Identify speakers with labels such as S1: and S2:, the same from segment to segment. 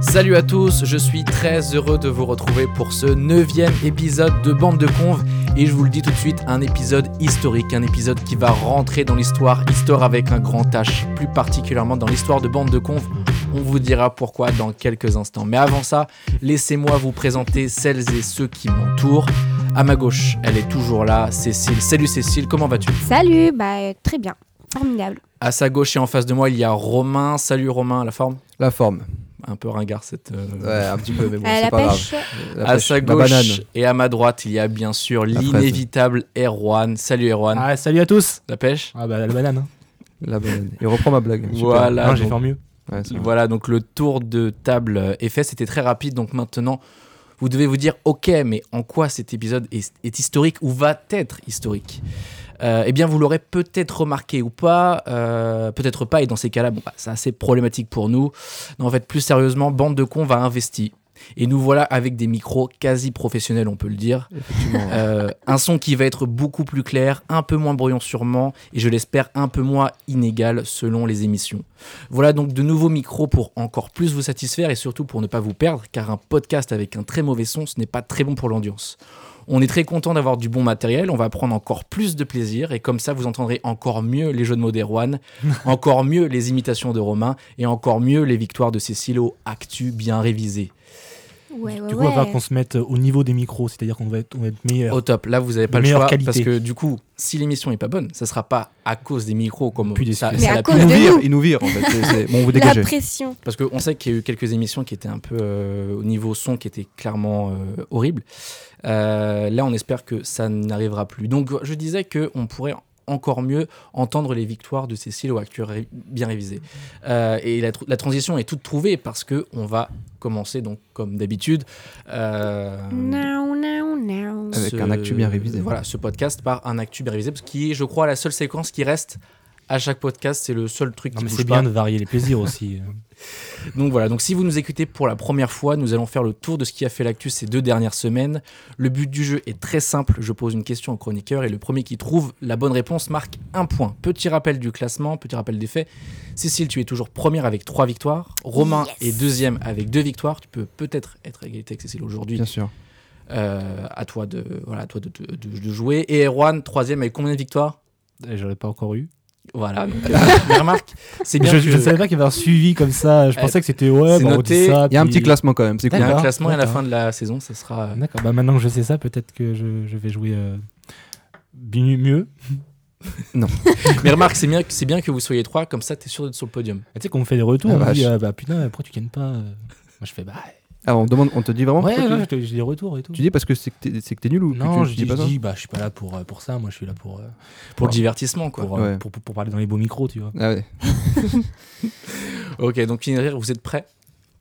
S1: Salut à tous, je suis très heureux de vous retrouver pour ce neuvième épisode de Bande de Conve. Et je vous le dis tout de suite, un épisode historique, un épisode qui va rentrer dans l'histoire, histoire avec un grand H, plus particulièrement dans l'histoire de Bande de Conve. On vous dira pourquoi dans quelques instants. Mais avant ça, laissez-moi vous présenter celles et ceux qui m'entourent. À ma gauche, elle est toujours là, Cécile. Salut Cécile, comment vas-tu
S2: Salut, bah très bien, formidable.
S1: À sa gauche et en face de moi, il y a Romain. Salut Romain, la forme
S3: La forme.
S1: Un peu ringard cette. euh,
S3: Ouais, un petit peu, mais bon,
S2: Euh,
S3: c'est
S2: la
S3: pas
S2: pêche,
S3: grave. La
S1: à
S3: pêche,
S1: sa
S3: la
S1: gauche
S3: banane.
S1: et à ma droite, il y a bien sûr
S3: La fraise.
S1: l'inévitable Erwan. Salut Erwan.
S4: Ah, salut à tous
S1: La pêche
S4: Ah bah la banane. hein.
S3: La banane. Il reprend ma blague. Super.
S1: Voilà.
S4: non, j'ai
S1: donc-
S4: fait en mieux.
S3: Ouais, c'est vrai.
S1: Voilà, donc le tour de table euh, est fait. C'était très rapide. Donc maintenant, vous devez vous dire Ok, mais en quoi cet épisode est, est historique ou va être historique Euh, Eh bien, vous l'aurez peut-être remarqué ou pas. euh, peut-être pas. Et dans ces cas-là, bon, bah, c'est assez problématique pour nous. Non, en fait, plus sérieusement, Bande de cons va investir. Et nous voilà avec des micros quasi professionnels, on peut le dire.
S3: Effectivement.
S1: Euh, un son qui va être beaucoup plus clair, un peu moins bruyant sûrement, et je l'espère un peu moins inégal selon les émissions. Voilà donc de nouveaux micros pour encore plus vous satisfaire et surtout pour ne pas vous perdre, car un podcast avec un très mauvais son, ce n'est pas très bon pour l'audience. On est très content d'avoir du bon matériel, on va prendre encore plus de plaisir et comme ça vous entendrez encore mieux les jeux de mots d'Erwan, encore mieux les imitations de Romain et encore mieux les victoires de Cécile au Actu bien révisé.
S2: Ouais, ouais,
S4: Du coup,
S2: ouais.
S4: on va qu'on se mette au niveau des micros, c'est-à-dire qu'on va être, on va être meilleur.
S3: Oh,
S1: Au top, là vous n'avez pas le
S4: De meilleure
S1: choix
S4: qualité.
S1: parce que du coup, si l'émission est pas bonne, ça sera pas à cause des micros comme
S4: Puis des
S1: ça,
S4: sujets.
S1: ça
S2: Mais à
S1: l'a pu-
S2: cause
S3: Ils nous
S2: de
S3: virent,
S2: nous.
S3: ils nous virent en fait. C'est- c'est- Bon, vous
S2: La
S3: dégagez.
S2: pression.
S1: parce qu'on sait qu'il y a eu quelques émissions qui étaient un peu euh, au niveau son qui étaient clairement euh, horribles. Euh, là, on espère que ça n'arrivera plus. Donc je disais que on pourrait encore mieux entendre les victoires de Cécile au acteur ré- bien révisé. Euh, et la, tr- la transition est toute trouvée parce que on va commencer donc comme d'habitude. euh,
S2: Non, non, non.
S3: Avec un actu bien révisé.
S1: Voilà, ce podcast par un actu bien révisé, parce qui est, je crois, la seule séquence qui reste à chaque podcast. C'est le seul truc
S4: Non,
S1: qui
S4: mais
S1: bouge
S4: c'est
S1: pas.
S4: bien de varier les plaisirs aussi.
S1: Donc voilà, donc si vous nous écoutez pour la première fois, nous allons faire le tour de ce qui a fait l'actu ces deux dernières semaines. Le but du jeu est très simple, je pose une question au chroniqueur et le premier qui trouve la bonne réponse marque un point. Petit rappel du classement, petit rappel des faits. Cécile, tu es toujours première avec trois victoires. Romain
S2: Yes.
S1: est deuxième avec deux victoires. Tu peux peut-être être à égalité avec Cécile aujourd'hui.
S3: Bien sûr.
S1: Euh, à toi de voilà, à toi de, de- de- de jouer. Et Erwan, troisième avec combien de victoires
S4: Et Eh, J'aurais pas encore eu.
S1: Voilà. donc, euh, mais remarque,
S3: Eh
S1: c'est bien
S4: Je,
S1: que
S4: je ne savais pas qu'il y avait un suivi comme ça. Je
S1: Eh,
S4: pensais que c'était ouais,
S1: c'est
S4: bon, on
S1: noté.
S4: dit ça.
S3: Il y a un
S4: puis-
S3: petit classement quand même, c'est
S1: il y
S3: cool.
S1: a un
S4: D'accord,
S1: classement et à la
S4: d'accord.
S1: fin de la saison, ça sera.
S4: D'accord, bah maintenant que je sais ça, peut-être que je, je vais jouer euh, bien- mieux.
S1: euh, Mais remarque, c'est bien, c'est bien que vous soyez trois, comme ça, t'es sûr d'être sur le podium.
S4: Ah, Tu sais qu'on me fait des retours,
S3: Ah,
S4: on me dit
S3: vache.
S4: ah, bah putain, pourquoi tu gagnes pas euh Moi je fais bah.
S3: Ah, on, demande, on te dit vraiment
S4: Ouais,
S3: pourquoi
S4: ouais,
S3: tu-
S4: je te- j'ai des retours et tout.
S3: Tu dis parce que c'est que t'es c'est que t'es nul ou que
S4: non,
S3: tu,
S4: je
S3: tu
S4: dis,
S3: dis pas
S4: je
S3: ça
S4: dis, bah je suis pas là pour, euh, pour ça, moi je suis là pour, euh,
S1: Pour le
S4: Ouais.
S1: divertissement, quoi.
S4: pour, euh,
S3: Bah, Ouais.
S4: pour, pour- pour parler dans les beaux micros, tu vois.
S3: Ah ouais,
S1: Ok, donc Inrir, vous êtes prêts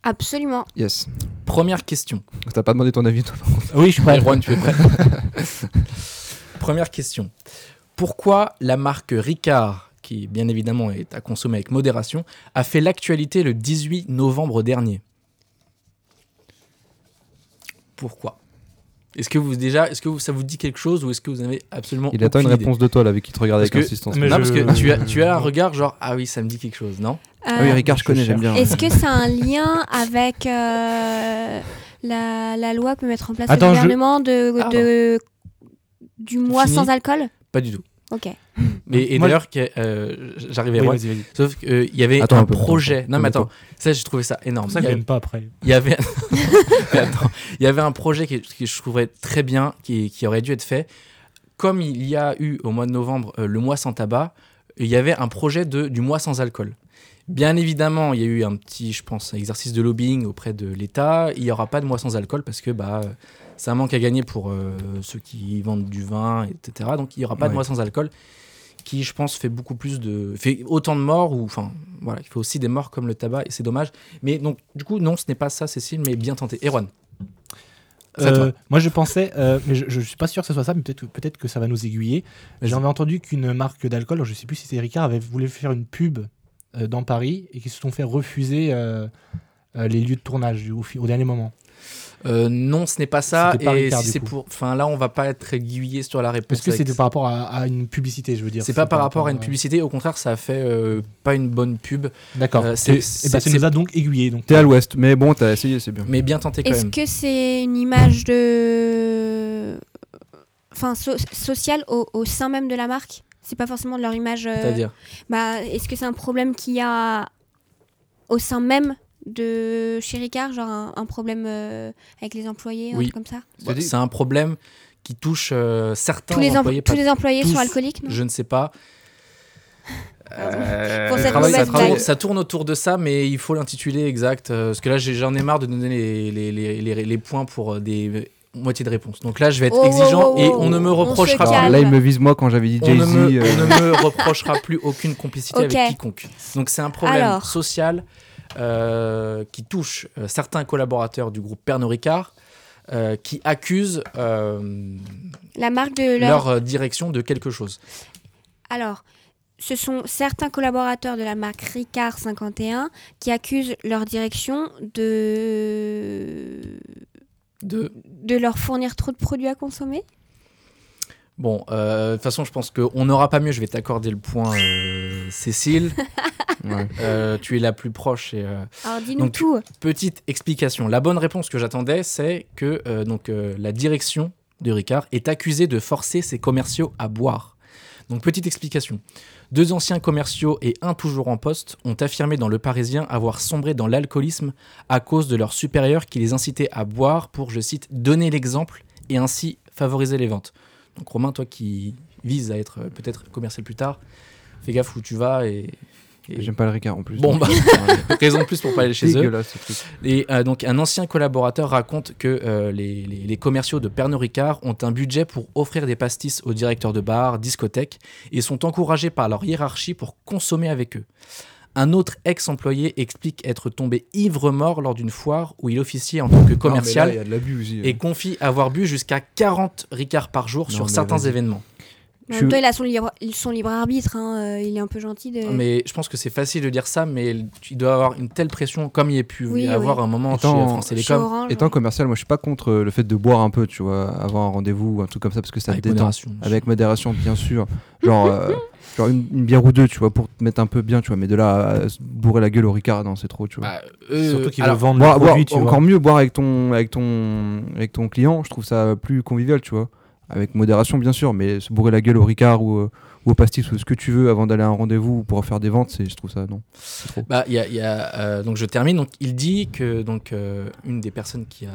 S2: Absolument.
S3: yes.
S1: Première question.
S3: T'as pas demandé ton avis toi par contre.
S4: Oui, je suis prêt.
S1: Erwan, tu es prêt Première question. Pourquoi la marque Ricard, qui bien évidemment est à consommer avec modération, a fait l'actualité le 18 novembre dernier Pourquoi Est-ce que vous déjà, est-ce que vous- ça vous dit quelque chose ou est-ce que vous avez absolument
S3: Il attend une
S1: aucune idée
S3: réponse de toi là, avec qui te regarde
S1: Parce
S3: avec
S1: que-
S3: insistance.
S4: mais
S1: Non,
S4: je-
S1: parce que tu as, tu as un regard genre ah oui, ça me dit quelque chose, non
S3: Ah oui,
S2: Euh,
S3: Ricard, je connais,
S4: je
S3: j'aime bien.
S2: Est-ce que ça a un lien avec euh, la, la loi peut mettre en place
S4: Attends,
S2: le
S4: je-
S2: gouvernement de,
S1: Ah,
S2: de- du mois
S1: Fini.
S2: sans alcool
S1: Pas du tout.
S2: Ok.
S1: Mais et
S4: Moi,
S1: d'ailleurs, que- euh, j'arrivais
S4: Oui,
S1: loin.
S4: vas-y, vas-y. C'est
S1: Sauf qu'il y avait
S3: Attends
S1: un,
S3: un peu,
S1: projet.
S3: attends,
S1: non, mais
S3: attends.
S1: attends, ça, j'ai trouvé ça énorme.
S4: pour ça
S1: Il
S4: que
S1: y a-
S4: j'aime pas après.
S1: Il y avait, Mais attends, il y avait un projet qui, qui je trouverais très bien, qui, qui aurait dû être fait. Comme il y a eu au mois de novembre euh, le mois sans tabac, il y avait un projet de, du mois sans alcool. Bien évidemment, il y a eu un petit, je pense, exercice de lobbying auprès de l'État. Il n'y aura pas de mois sans alcool parce que bah, euh, c'est un manque à gagner pour euh, ceux qui vendent du vin, etc. Donc il n'y aura pas de
S3: Ouais.
S1: mois sans alcool qui, je pense, fait beaucoup plus de. fait autant de morts ou. Enfin, voilà, il fait aussi des morts comme le tabac et c'est dommage. Mais donc, du coup, non, ce n'est pas ça, Cécile, mais bien tenté. Erwan. C'est à
S4: Euh,
S1: toi.
S4: moi je pensais, euh, mais je, je suis pas sûr que ce soit ça, mais peut-être que- peut-être que ça va nous aiguiller. J'en avais entendu qu'une marque d'alcool, je sais plus si c'est Ricard, avait voulu faire une pub euh, dans Paris et qu'ils se sont fait refuser euh, euh, les lieux de tournage du- au, fi- au dernier moment.
S1: Euh, non, ce n'est pas ça.
S4: C'était pas
S1: et
S4: Ricard,
S1: si
S4: du
S1: c'est
S4: coup.
S1: pour, enfin là, on va pas être aiguillé sur la réponse.
S4: Est-ce que
S1: avec
S4: c'était par rapport à, à une publicité, je veux dire
S1: C'est pas par rapport à une
S4: ouais.
S1: publicité, au contraire, ça a fait euh, pas une bonne pub,
S4: D'accord.
S1: Euh,
S4: Et-
S1: c'est-
S4: et bah,
S1: c'est-
S4: ça nous a donc aiguillé. Donc,
S3: T'es à l'ouest, mais bon, t'as essayé, c'est bien.
S1: mais bien tenté quand
S2: Est-ce
S1: même.
S2: que c'est une image de. Enfin, so- sociale au, au sein même de la marque C'est pas forcément de leur image. euh,
S1: C'est-à-dire
S2: bah, Est-ce que c'est un problème qu'il y a au sein même de chez Ricard Genre un, un problème euh, avec les employés, un
S1: Oui.
S2: truc comme ça
S1: Bah, C'est un problème qui touche euh, certains
S2: tous les, em-
S1: employés.
S2: tous
S1: pas-
S2: les employés sont
S1: tous.
S2: alcooliques non
S1: Je ne sais pas. Euh,
S2: Pour cette
S1: travail- ça,
S2: mauvaise
S1: travaille-
S2: blague.
S1: ça tourne autour de ça, mais il faut l'intituler exact. euh, parce que là, j'ai- j'en ai marre de donner les, les, les, les- les points pour euh, des euh, moitiés de réponse. Donc là, je vais être
S2: Oh, oh,
S1: exigeant
S2: oh,
S1: et
S2: oh,
S1: on ne me
S2: on se
S1: reprochera
S2: calme.
S1: pas.
S3: Alors là, il me vise moi quand j'avais dit
S1: On ne,
S3: Jay-Z.
S1: me,
S3: euh,
S1: on ne me reprochera plus aucune complicité
S2: Ok.
S1: avec quiconque. Donc c'est un problème
S2: Alors.
S1: social euh, qui touche euh, certains collaborateurs du groupe Pernod Ricard euh, qui accusent euh,
S2: La marque de leur.
S1: leur euh, direction de quelque chose.
S2: Alors, ce sont certains collaborateurs de la marque Ricard 51 qui accusent leur direction de.
S1: De...
S2: de leur fournir trop de produits à consommer
S1: Bon, euh, de toute façon, je pense qu'on n'aura pas mieux. Je vais t'accorder le point, euh, Cécile.
S3: ouais.
S1: Euh, tu es la plus proche et euh,
S2: Alors dis-nous
S1: Donc,
S2: tout.
S1: Petite explication. La bonne réponse que j'attendais, c'est que euh, donc, euh, la direction de Ricard est accusée de forcer ses commerciaux à boire. Donc petite explication. Deux anciens commerciaux et un toujours en poste ont affirmé dans Le Parisien avoir sombré dans l'alcoolisme à cause de leurs supérieurs qui les incitaient à boire pour, je cite, donner l'exemple et ainsi favoriser les ventes. Donc Romain, toi qui vises à être euh, peut-être commercial plus tard, fais gaffe où tu vas et... et-
S3: J'aime pas le Ricard en plus.
S1: Bon,
S3: donc.
S1: bah, raison de plus pour pas aller chez eux.
S3: Dégueulasse, ce truc.
S1: Et euh, donc, un ancien collaborateur raconte que euh, les, les- les commerciaux de Pernod Ricard ont un budget pour offrir des pastis aux directeurs de bars, discothèques, et sont encouragés par leur hiérarchie pour consommer avec eux. Un autre ex-employé explique être tombé ivre-mort lors d'une foire où il officiait en tant que commercial
S3: Non, mais là, Il y a de l'abus aussi.
S1: et confie avoir bu jusqu'à 40 Ricard par jour
S3: Non,
S1: sur
S3: mais
S1: certains
S3: vas-y.
S1: événements.
S2: En
S3: je-
S2: même temps, il a son libre, son libre arbitre. hein, euh, il est un peu gentil de.
S1: Mais je pense que c'est facile de dire ça, mais il doit avoir une telle pression, comme il y a pu
S2: Oui,
S1: y avoir un moment
S3: Attends,
S1: chez France
S2: Chez
S1: Télécom.
S2: Orange. hein.
S3: Étant commercial, moi je suis pas contre euh, le fait de boire un peu, tu vois, avant un rendez-vous ou un truc comme ça, parce que ça
S1: avec
S3: te détend.
S1: modération.
S3: Avec modération, bien sûr. Genre, euh, genre une, une bière ou deux, tu vois, pour te mettre un peu bien, tu vois. Mais de là à se bourrer la gueule au Ricard, non, c'est trop, tu vois.
S1: Bah, euh,
S4: surtout qu'ils veulent
S1: alors,
S4: vendre
S3: boire,
S4: le
S3: boire-
S4: produit, tu
S3: encore
S4: vois.
S3: mieux, boire avec ton, avec, ton, avec ton client, je trouve ça plus convivial, tu vois. Avec modération, bien sûr, mais se bourrer la gueule au Ricard ou, euh, ou au pastis ou ce que tu veux avant d'aller à un rendez-vous ou pour faire des ventes, c'est, je trouve ça, non.
S1: Bah, il y a- il y a, euh, donc je termine. Donc il dit que donc euh, une des personnes qui a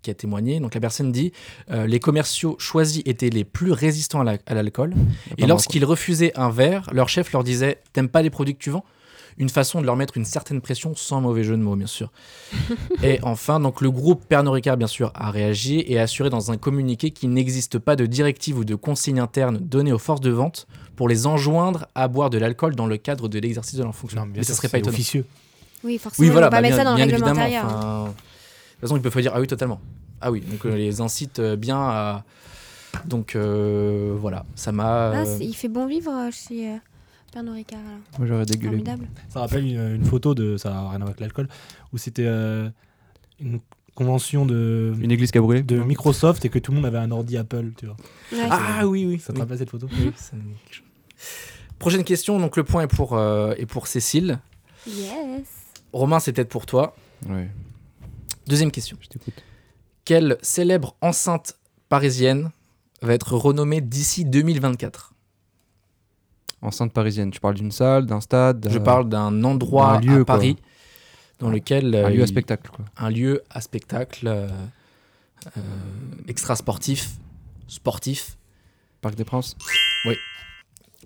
S1: qui a témoigné. Donc la personne dit euh, les commerciaux choisis étaient les plus résistants à la- à l'alcool et lorsqu'ils refusaient un verre, leur chef leur disait t'aimes pas les produits que tu vends. Une façon de leur mettre une certaine pression sans mauvais jeu de mots, bien sûr. et enfin, donc le groupe Pernod Ricard, bien sûr, a réagi et a assuré dans un communiqué qu'il n'existe pas de directive ou de consigne interne donnée aux forces de vente pour les enjoindre à boire de l'alcool dans le cadre de l'exercice de leur fonction.
S4: Non, bien
S1: Mais ça
S4: sûr,
S1: serait pas
S4: c'est
S1: étonnant.
S4: officieux.
S2: Oui, forcément.
S1: Oui,
S2: on
S1: voilà,
S2: va
S1: bah,
S2: mettre
S1: bien,
S2: ça dans le
S1: bien
S2: règlement
S1: évidemment.
S2: intérieur.
S1: enfin, de toute façon, ils peuvent pas dire ah oui, totalement. Ah oui, donc euh, les incitent euh, bien à. Donc euh, voilà, ça m'a.
S2: Ah,
S1: euh,
S2: c'est- il fait bon vivre euh, chez euh, Pernod Ricard. alors.
S3: Moi j'aurais dégueulé.
S2: Formidable.
S4: Ça rappelle une, une photo de. Ça n'a rien à voir avec l'alcool, où c'était euh, une convention de,
S3: Une église qui a brûlé
S4: de Microsoft et que tout le monde avait un ordi Apple, tu vois.
S2: Ouais, c'est-
S1: Ah oui, oui.
S4: Ça te
S1: oui.
S4: rappelle cette photo
S1: Oui, ça me dit quelque chose. Prochaine question, donc le point est pour, euh, est pour Cécile.
S2: Yes.
S1: Romain, c'est peut-être pour toi.
S3: Ouais,
S1: Deuxième question.
S3: je t'écoute.
S1: Quelle célèbre enceinte parisienne va être renommée d'ici 2024
S3: Enceinte parisienne, tu parles d'une salle, d'un stade.
S1: Je
S3: euh,
S1: parle d'un endroit
S3: d'un lieu,
S1: à
S3: quoi.
S1: Paris dans lequel euh,
S3: Un lieu à
S1: il-
S3: spectacle, quoi.
S1: un lieu à spectacle euh, euh, extra-sportif, sportif,
S3: Parc des Princes.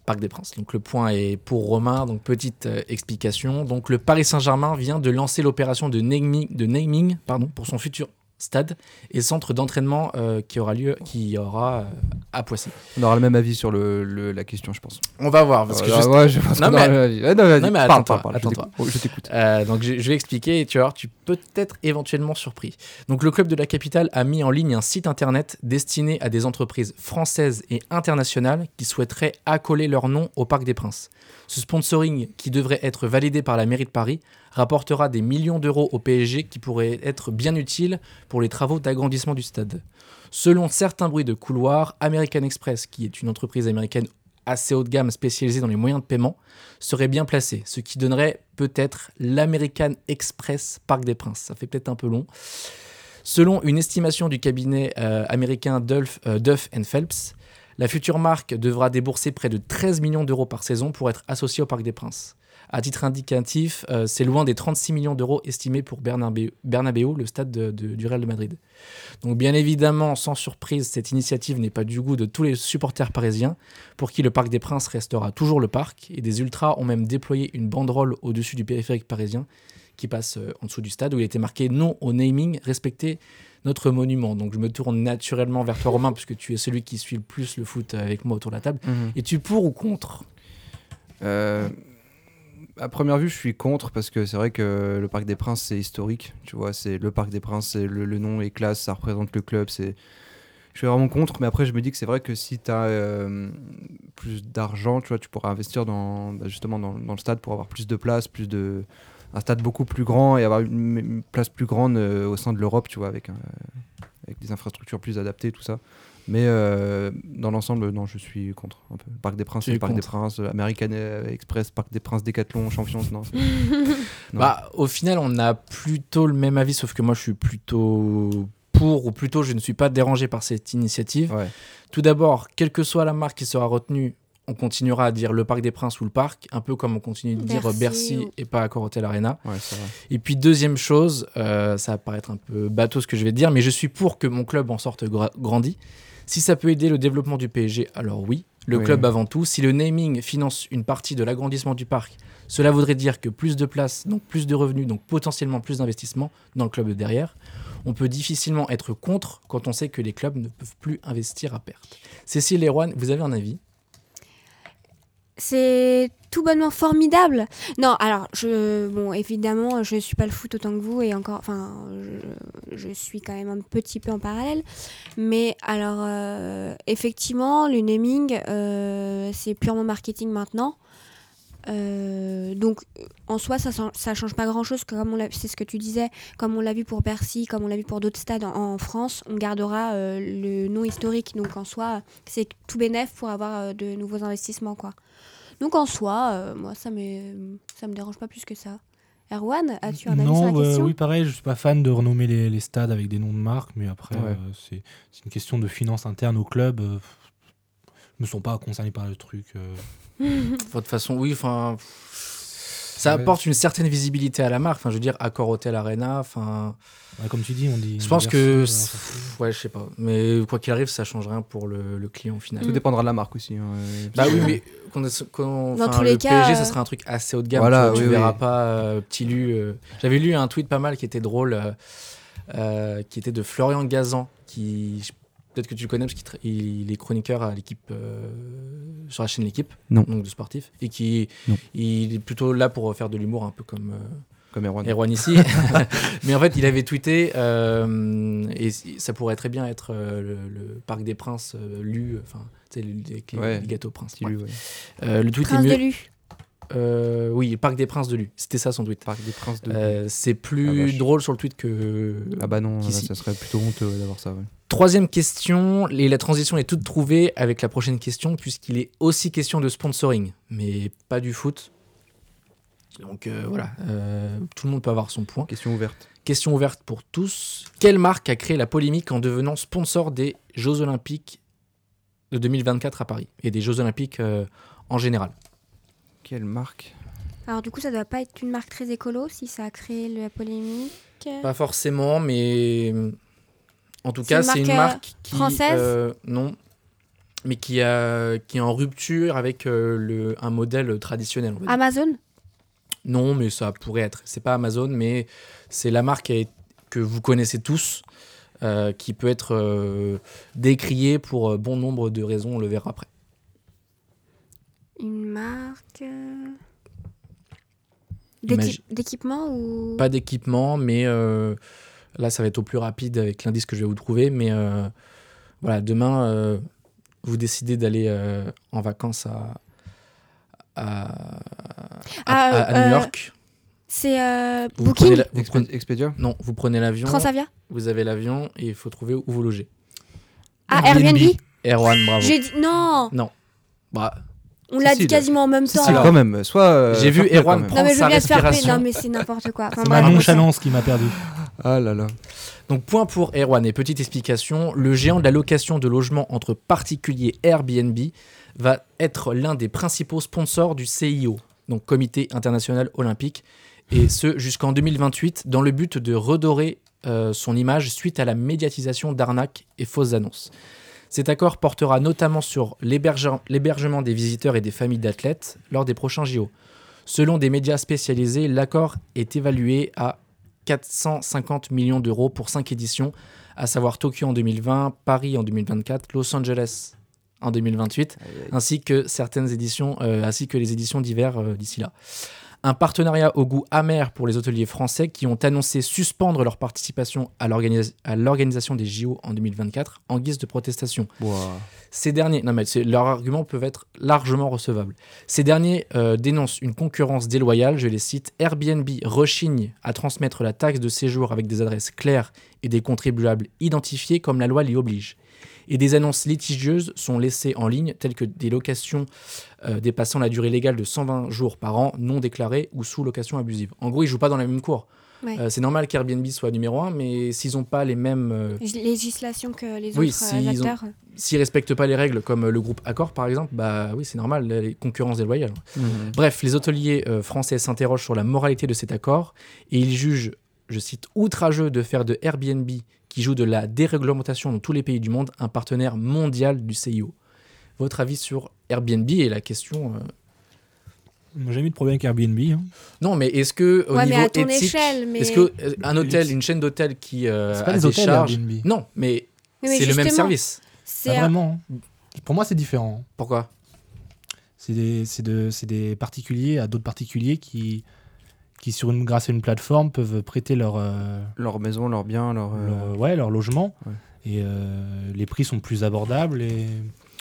S1: Parc des Princes. Donc le point est pour Romain, donc petite euh, explication. Donc le Paris Saint-Germain vient de lancer l'opération de naming, de naming pardon, pour son futur stade et centre d'entraînement euh, qui aura lieu qui aura euh, à Poissy.
S3: On aura le même avis sur le, le- la question, je pense.
S1: On va voir parce que
S3: Voilà,
S1: juste-
S3: ouais, je pense
S1: Non,
S3: qu'on
S1: mais-
S3: aura le même avis. Ouais, non, vas-y,
S1: Non, mais
S3: parle,
S1: attends-toi,
S3: parle, parle, je
S1: attends-toi.
S3: t'écoute. Je t'écoute.
S1: Euh, donc je, je vais expliquer et tu vas voir, tu peux être éventuellement surpris. Donc le club de la capitale a mis en ligne un site internet destiné à des entreprises françaises et internationales qui souhaiteraient accoler leur nom au Parc des Princes. Ce sponsoring, qui devrait être validé par la mairie de Paris, rapportera des millions d'euros au PSG qui pourraient être bien utiles pour les travaux d'agrandissement du stade. Selon certains bruits de couloir, American Express, qui est une entreprise américaine assez haut de gamme spécialisée dans les moyens de paiement, serait bien placée, ce qui donnerait peut-être l'American Express Parc des Princes. Ça fait peut-être un peu long. Selon une estimation du cabinet euh, américain Dolph- euh, Duff Phelps, la future marque devra débourser près de 13 millions d'euros par saison pour être associée au Parc des Princes. À titre indicatif, euh, c'est loin des 36 millions d'euros estimés pour Bernabeu, Bernabeu, le stade de- de- du Real de Madrid. Donc bien évidemment, sans surprise, cette initiative n'est pas du goût de tous les supporters parisiens, pour qui le Parc des Princes restera toujours le parc, et des ultras ont même déployé une banderole au-dessus du périphérique parisien qui passe euh, en dessous du stade, où il était marqué non au naming, respectez notre monument. Donc je me tourne naturellement vers toi Romain, puisque tu es celui qui suit le plus le foot avec moi autour de la table. Es-tu pour ou contre
S3: Euh, à première vue, je suis contre parce que c'est vrai que le Parc des Princes, c'est historique. Tu vois, c'est le Parc des Princes, c'est le, le nom est classe, ça représente le club. C'est, je suis vraiment contre, mais après, je me dis que c'est vrai que si tu as plus d'argent, tu vois, tu pourras investir dans, bah, justement dans, dans le stade pour avoir plus de place, plus de un stade beaucoup plus grand et avoir une, une place plus grande euh, au sein de l'Europe, tu vois, avec, un- euh, avec des infrastructures plus adaptées, tout ça. Mais euh, dans l'ensemble, non, je suis contre. Un peu. Parc des Princes,
S1: Tu es
S3: c'est le Parc des
S1: contre.
S3: Princes, euh, American euh, Express, Parc des Princes, Décathlon, Champions, non. c'est- Non.
S1: Bah au final, on a plutôt le même avis, sauf que moi je suis plutôt pour, ou plutôt je ne suis pas dérangé par cette initiative.
S3: Ouais.
S1: Tout d'abord, quelle que soit la marque qui sera retenue, on continuera à dire le Parc des Princes ou le Parc, un peu comme on continue de dire
S2: Bercy
S1: Bercy
S2: ou-
S1: et pas Accor Hotel Arena.
S3: Ouais, c'est vrai.
S1: Et puis deuxième chose, euh, ça va paraître un peu bateau ce que je vais dire, mais je suis pour que mon club en sorte gra- grandi. Si ça peut aider le développement du PSG, alors oui. Le
S3: Oui.
S1: club avant tout. Si le naming finance une partie de l'agrandissement du parc, cela voudrait dire que plus de places, donc plus de revenus, donc potentiellement plus d'investissements dans le club de derrière. On peut difficilement être contre quand on sait que les clubs ne peuvent plus investir à perte. Cécile et Erwan, vous avez un avis
S2: C'est tout bonnement formidable. Non, alors je bon évidemment, je suis pas le foot autant que vous et encore enfin je, je suis quand même un petit peu en parallèle, mais alors euh, effectivement, le naming euh, c'est purement marketing maintenant. Euh, donc euh, en soi ça, chan- ça change pas grand chose comme on l'a- c'est ce que tu disais comme on l'a vu pour Bercy comme on l'a vu pour d'autres stades en, en France on gardera euh, le nom historique donc en soi c'est tout bénéf pour avoir euh, de nouveaux investissements quoi donc en soi, euh, moi, ça me, ça me dérange pas plus que ça. Erwan, as-tu un avis sur la
S4: Non, bah,
S2: question
S4: oui, pareil, je suis pas fan de renommer les, les stades avec des noms de marques, mais après,
S3: Ouais.
S4: euh, c'est c'est une question de finance interne au club. euh, je me sens pas concerné par le truc. euh.
S1: De toute façon, oui, enfin. Ça
S3: Ouais.
S1: apporte une certaine visibilité à la marque. Enfin, je veux dire, Accor Hotel Arena, enfin.
S4: Ouais, comme tu dis, on dit.
S1: Je pense
S4: Bercy,
S1: que.
S4: euh,
S1: c'est- pff, Ouais, je sais pas. Mais quoi qu'il arrive, ça change rien pour le, le client au final.
S2: Mm.
S3: Tout dépendra de la marque aussi. hein, ouais.
S1: Bah oui, mais. qu'on est- qu'on-
S2: Dans
S1: enfin,
S2: tous les
S1: le
S2: cas,
S1: PSG,
S2: euh,
S1: ça serait un truc assez haut de gamme.
S3: Voilà,
S1: tu, vois, tu
S3: oui,
S1: verras
S3: oui.
S1: pas euh, petit lu. euh. J'avais lu un tweet pas mal qui était drôle, euh, euh, qui était de Florian Gazan, qui je- peut-être que tu le connais parce qu'il tra- il est chroniqueur à l'équipe euh, sur la chaîne l'équipe,
S3: Non.
S1: donc de sportif, et qui
S3: Non.
S1: il est plutôt là pour faire de l'humour un peu comme. euh,
S3: Comme Erwan.
S1: Erwan ici. Mais en fait, il avait tweeté, euh, et c- ça pourrait très bien être euh, le, le Parc des Princes euh, lu, enfin, tu sais, le- avec les,
S3: Ouais.
S1: les gâteaux princes.
S3: Petit Lu, ouais.
S1: Euh, le tweet
S2: Prince
S1: est
S2: de
S1: mieux.
S2: Lu.
S1: Euh, oui, le Parc des Princes de Lu. C'était ça son tweet.
S3: Parc des Princes de.
S1: Euh, c'est
S3: Ah,
S1: plus
S3: vache.
S1: drôle sur le tweet que.
S3: ah bah non, là,
S1: qu'ici.
S3: ça serait plutôt honteux ouais, d'avoir ça. ouais.
S1: Troisième question, et la transition est toute trouvée avec la prochaine question, puisqu'il est aussi question de sponsoring, mais pas du foot. Donc euh, voilà, euh, tout le monde peut avoir son point.
S3: Question ouverte.
S1: Question ouverte pour tous. Quelle marque a créé la polémique en devenant sponsor des Jeux Olympiques de 2024 à Paris et des Jeux Olympiques euh, en général
S3: Quelle marque
S2: Alors du coup, ça doit pas être une marque très écolo si ça a créé la polémique.
S1: Pas forcément, mais en tout
S2: C'est
S1: cas,
S2: une
S1: c'est une
S2: marque, euh,
S1: marque qui,
S2: française
S1: euh, non, mais qui, a, qui est en rupture avec euh, le, un modèle traditionnel. on va dire.
S2: Amazon
S1: Non, mais ça pourrait être. C'est pas Amazon, mais c'est la marque qui est- que vous connaissez tous, euh, qui peut être euh, décriée pour euh, bon nombre de raisons. On le verra après.
S2: Une marque. euh,
S1: Imagine-
S2: d'équip- D'équipement ou.
S1: Pas d'équipement, mais euh, là, ça va être au plus rapide avec l'indice que je vais vous trouver. Mais euh, voilà, demain, euh, vous décidez d'aller euh, en vacances à, à, à-
S2: Ah,
S1: à- à New
S2: euh,
S1: York.
S2: C'est euh,
S1: Vous
S2: Booking,
S1: prenez la- vous
S3: Expé-
S1: prenez-
S3: Expedia
S1: Non, vous prenez l'avion,
S2: Transavia.
S1: vous avez l'avion et il faut trouver où vous logez.
S2: Ah,
S4: Airbnb.
S2: Airbnb.
S1: Erwan, bravo.
S2: J'ai dit non.
S1: Bah,
S2: On
S3: Si,
S2: l'a
S3: si,
S2: dit
S3: le-
S2: quasiment en même temps.
S3: C'est
S1: alors-
S3: quand même. Soit. euh,
S1: Ah, J'ai vu
S3: Fortnite,
S1: Erwan
S3: quand même.
S2: Non mais je
S1: Prends
S2: viens de
S1: sa
S2: faire
S1: respiration.
S2: Non mais c'est n'importe quoi. Enfin,
S4: C'est
S2: bref,
S4: ma
S2: on
S4: nonchalance qui m'a perdu.
S3: Ah là là.
S1: Donc point pour Erwan et petite explication, le géant de la location de logements entre particuliers Airbnb va être l'un des principaux sponsors du CIO, donc Comité international olympique, et ce jusqu'en 2028 dans le but de redorer euh, son image suite à la médiatisation d'arnaques et fausses annonces. Cet accord portera notamment sur l'héberge- l'hébergement des visiteurs et des familles d'athlètes lors des prochains JO. Selon des médias spécialisés, l'accord est évalué à 450 millions d'euros pour 5 éditions, à savoir Tokyo en 2020, Paris en 2024, Los Angeles en 2028, ainsi que certaines éditions, euh, ainsi que les éditions d'hiver euh, d'ici là. Un partenariat au goût amer pour les hôteliers français qui ont annoncé suspendre leur participation à l'organisa- à l'organisation des JO en 2024 en guise de protestation.
S3: Ouah.
S1: Ces derniers, non mais c'est- leurs arguments peuvent être largement recevables. Ces derniers euh, dénoncent une concurrence déloyale, je les cite. Airbnb rechigne à transmettre la taxe de séjour avec des adresses claires et des contribuables identifiés comme la loi l'y oblige. Et des annonces litigieuses sont laissées en ligne, telles que des locations euh, dépassant la durée légale de 120 jours par an, non déclarées ou sous location abusive. En gros, ils jouent pas dans la même cour.
S2: Ouais.
S1: Euh, c'est normal qu'Airbnb soit numéro un, mais s'ils n'ont pas les mêmes euh,
S2: J- Législation que les autres
S1: Oui,
S2: euh,
S1: s'ils ont-
S2: acteurs.
S1: s'ils respectent pas les règles comme euh, le groupe Accor par exemple, bah oui c'est normal, la la concurrence déloyale.
S3: Mmh.
S1: Bref, les hôteliers euh, français s'interrogent sur la moralité de cet accord et ils jugent, je cite, outrageux de faire de Airbnb, qui joue de la déréglementation dans tous les pays du monde, un partenaire mondial du CIO. Votre avis sur Airbnb et la question euh,
S4: J'ai jamais eu de problème avec Airbnb. hein.
S1: Non, mais est-ce que au
S2: Ouais, mais
S1: niveau
S2: à ton
S1: éthique,
S2: échelle, mais.
S1: est-ce que euh, un hôtel,
S4: Luxe.
S1: une chaîne d'hôtels qui euh,
S4: C'est
S1: a
S4: pas les
S1: des
S4: hôtels
S1: charges,
S4: Airbnb.
S1: non, mais,
S2: Mais
S1: c'est le même
S2: justement,
S1: service.
S4: Pas
S2: C'est euh, un-
S4: vraiment. hein. Pour moi, c'est différent.
S1: Pourquoi
S4: C'est des, c'est de- c'est des particuliers à d'autres particuliers qui, qui sur une, grâce à une plateforme, peuvent prêter leur, euh,
S3: Leur maison, leur bien, leur. euh,
S4: leur, euh, ouais, leur logement.
S3: ouais.
S4: Et euh, les prix sont plus abordables. Et...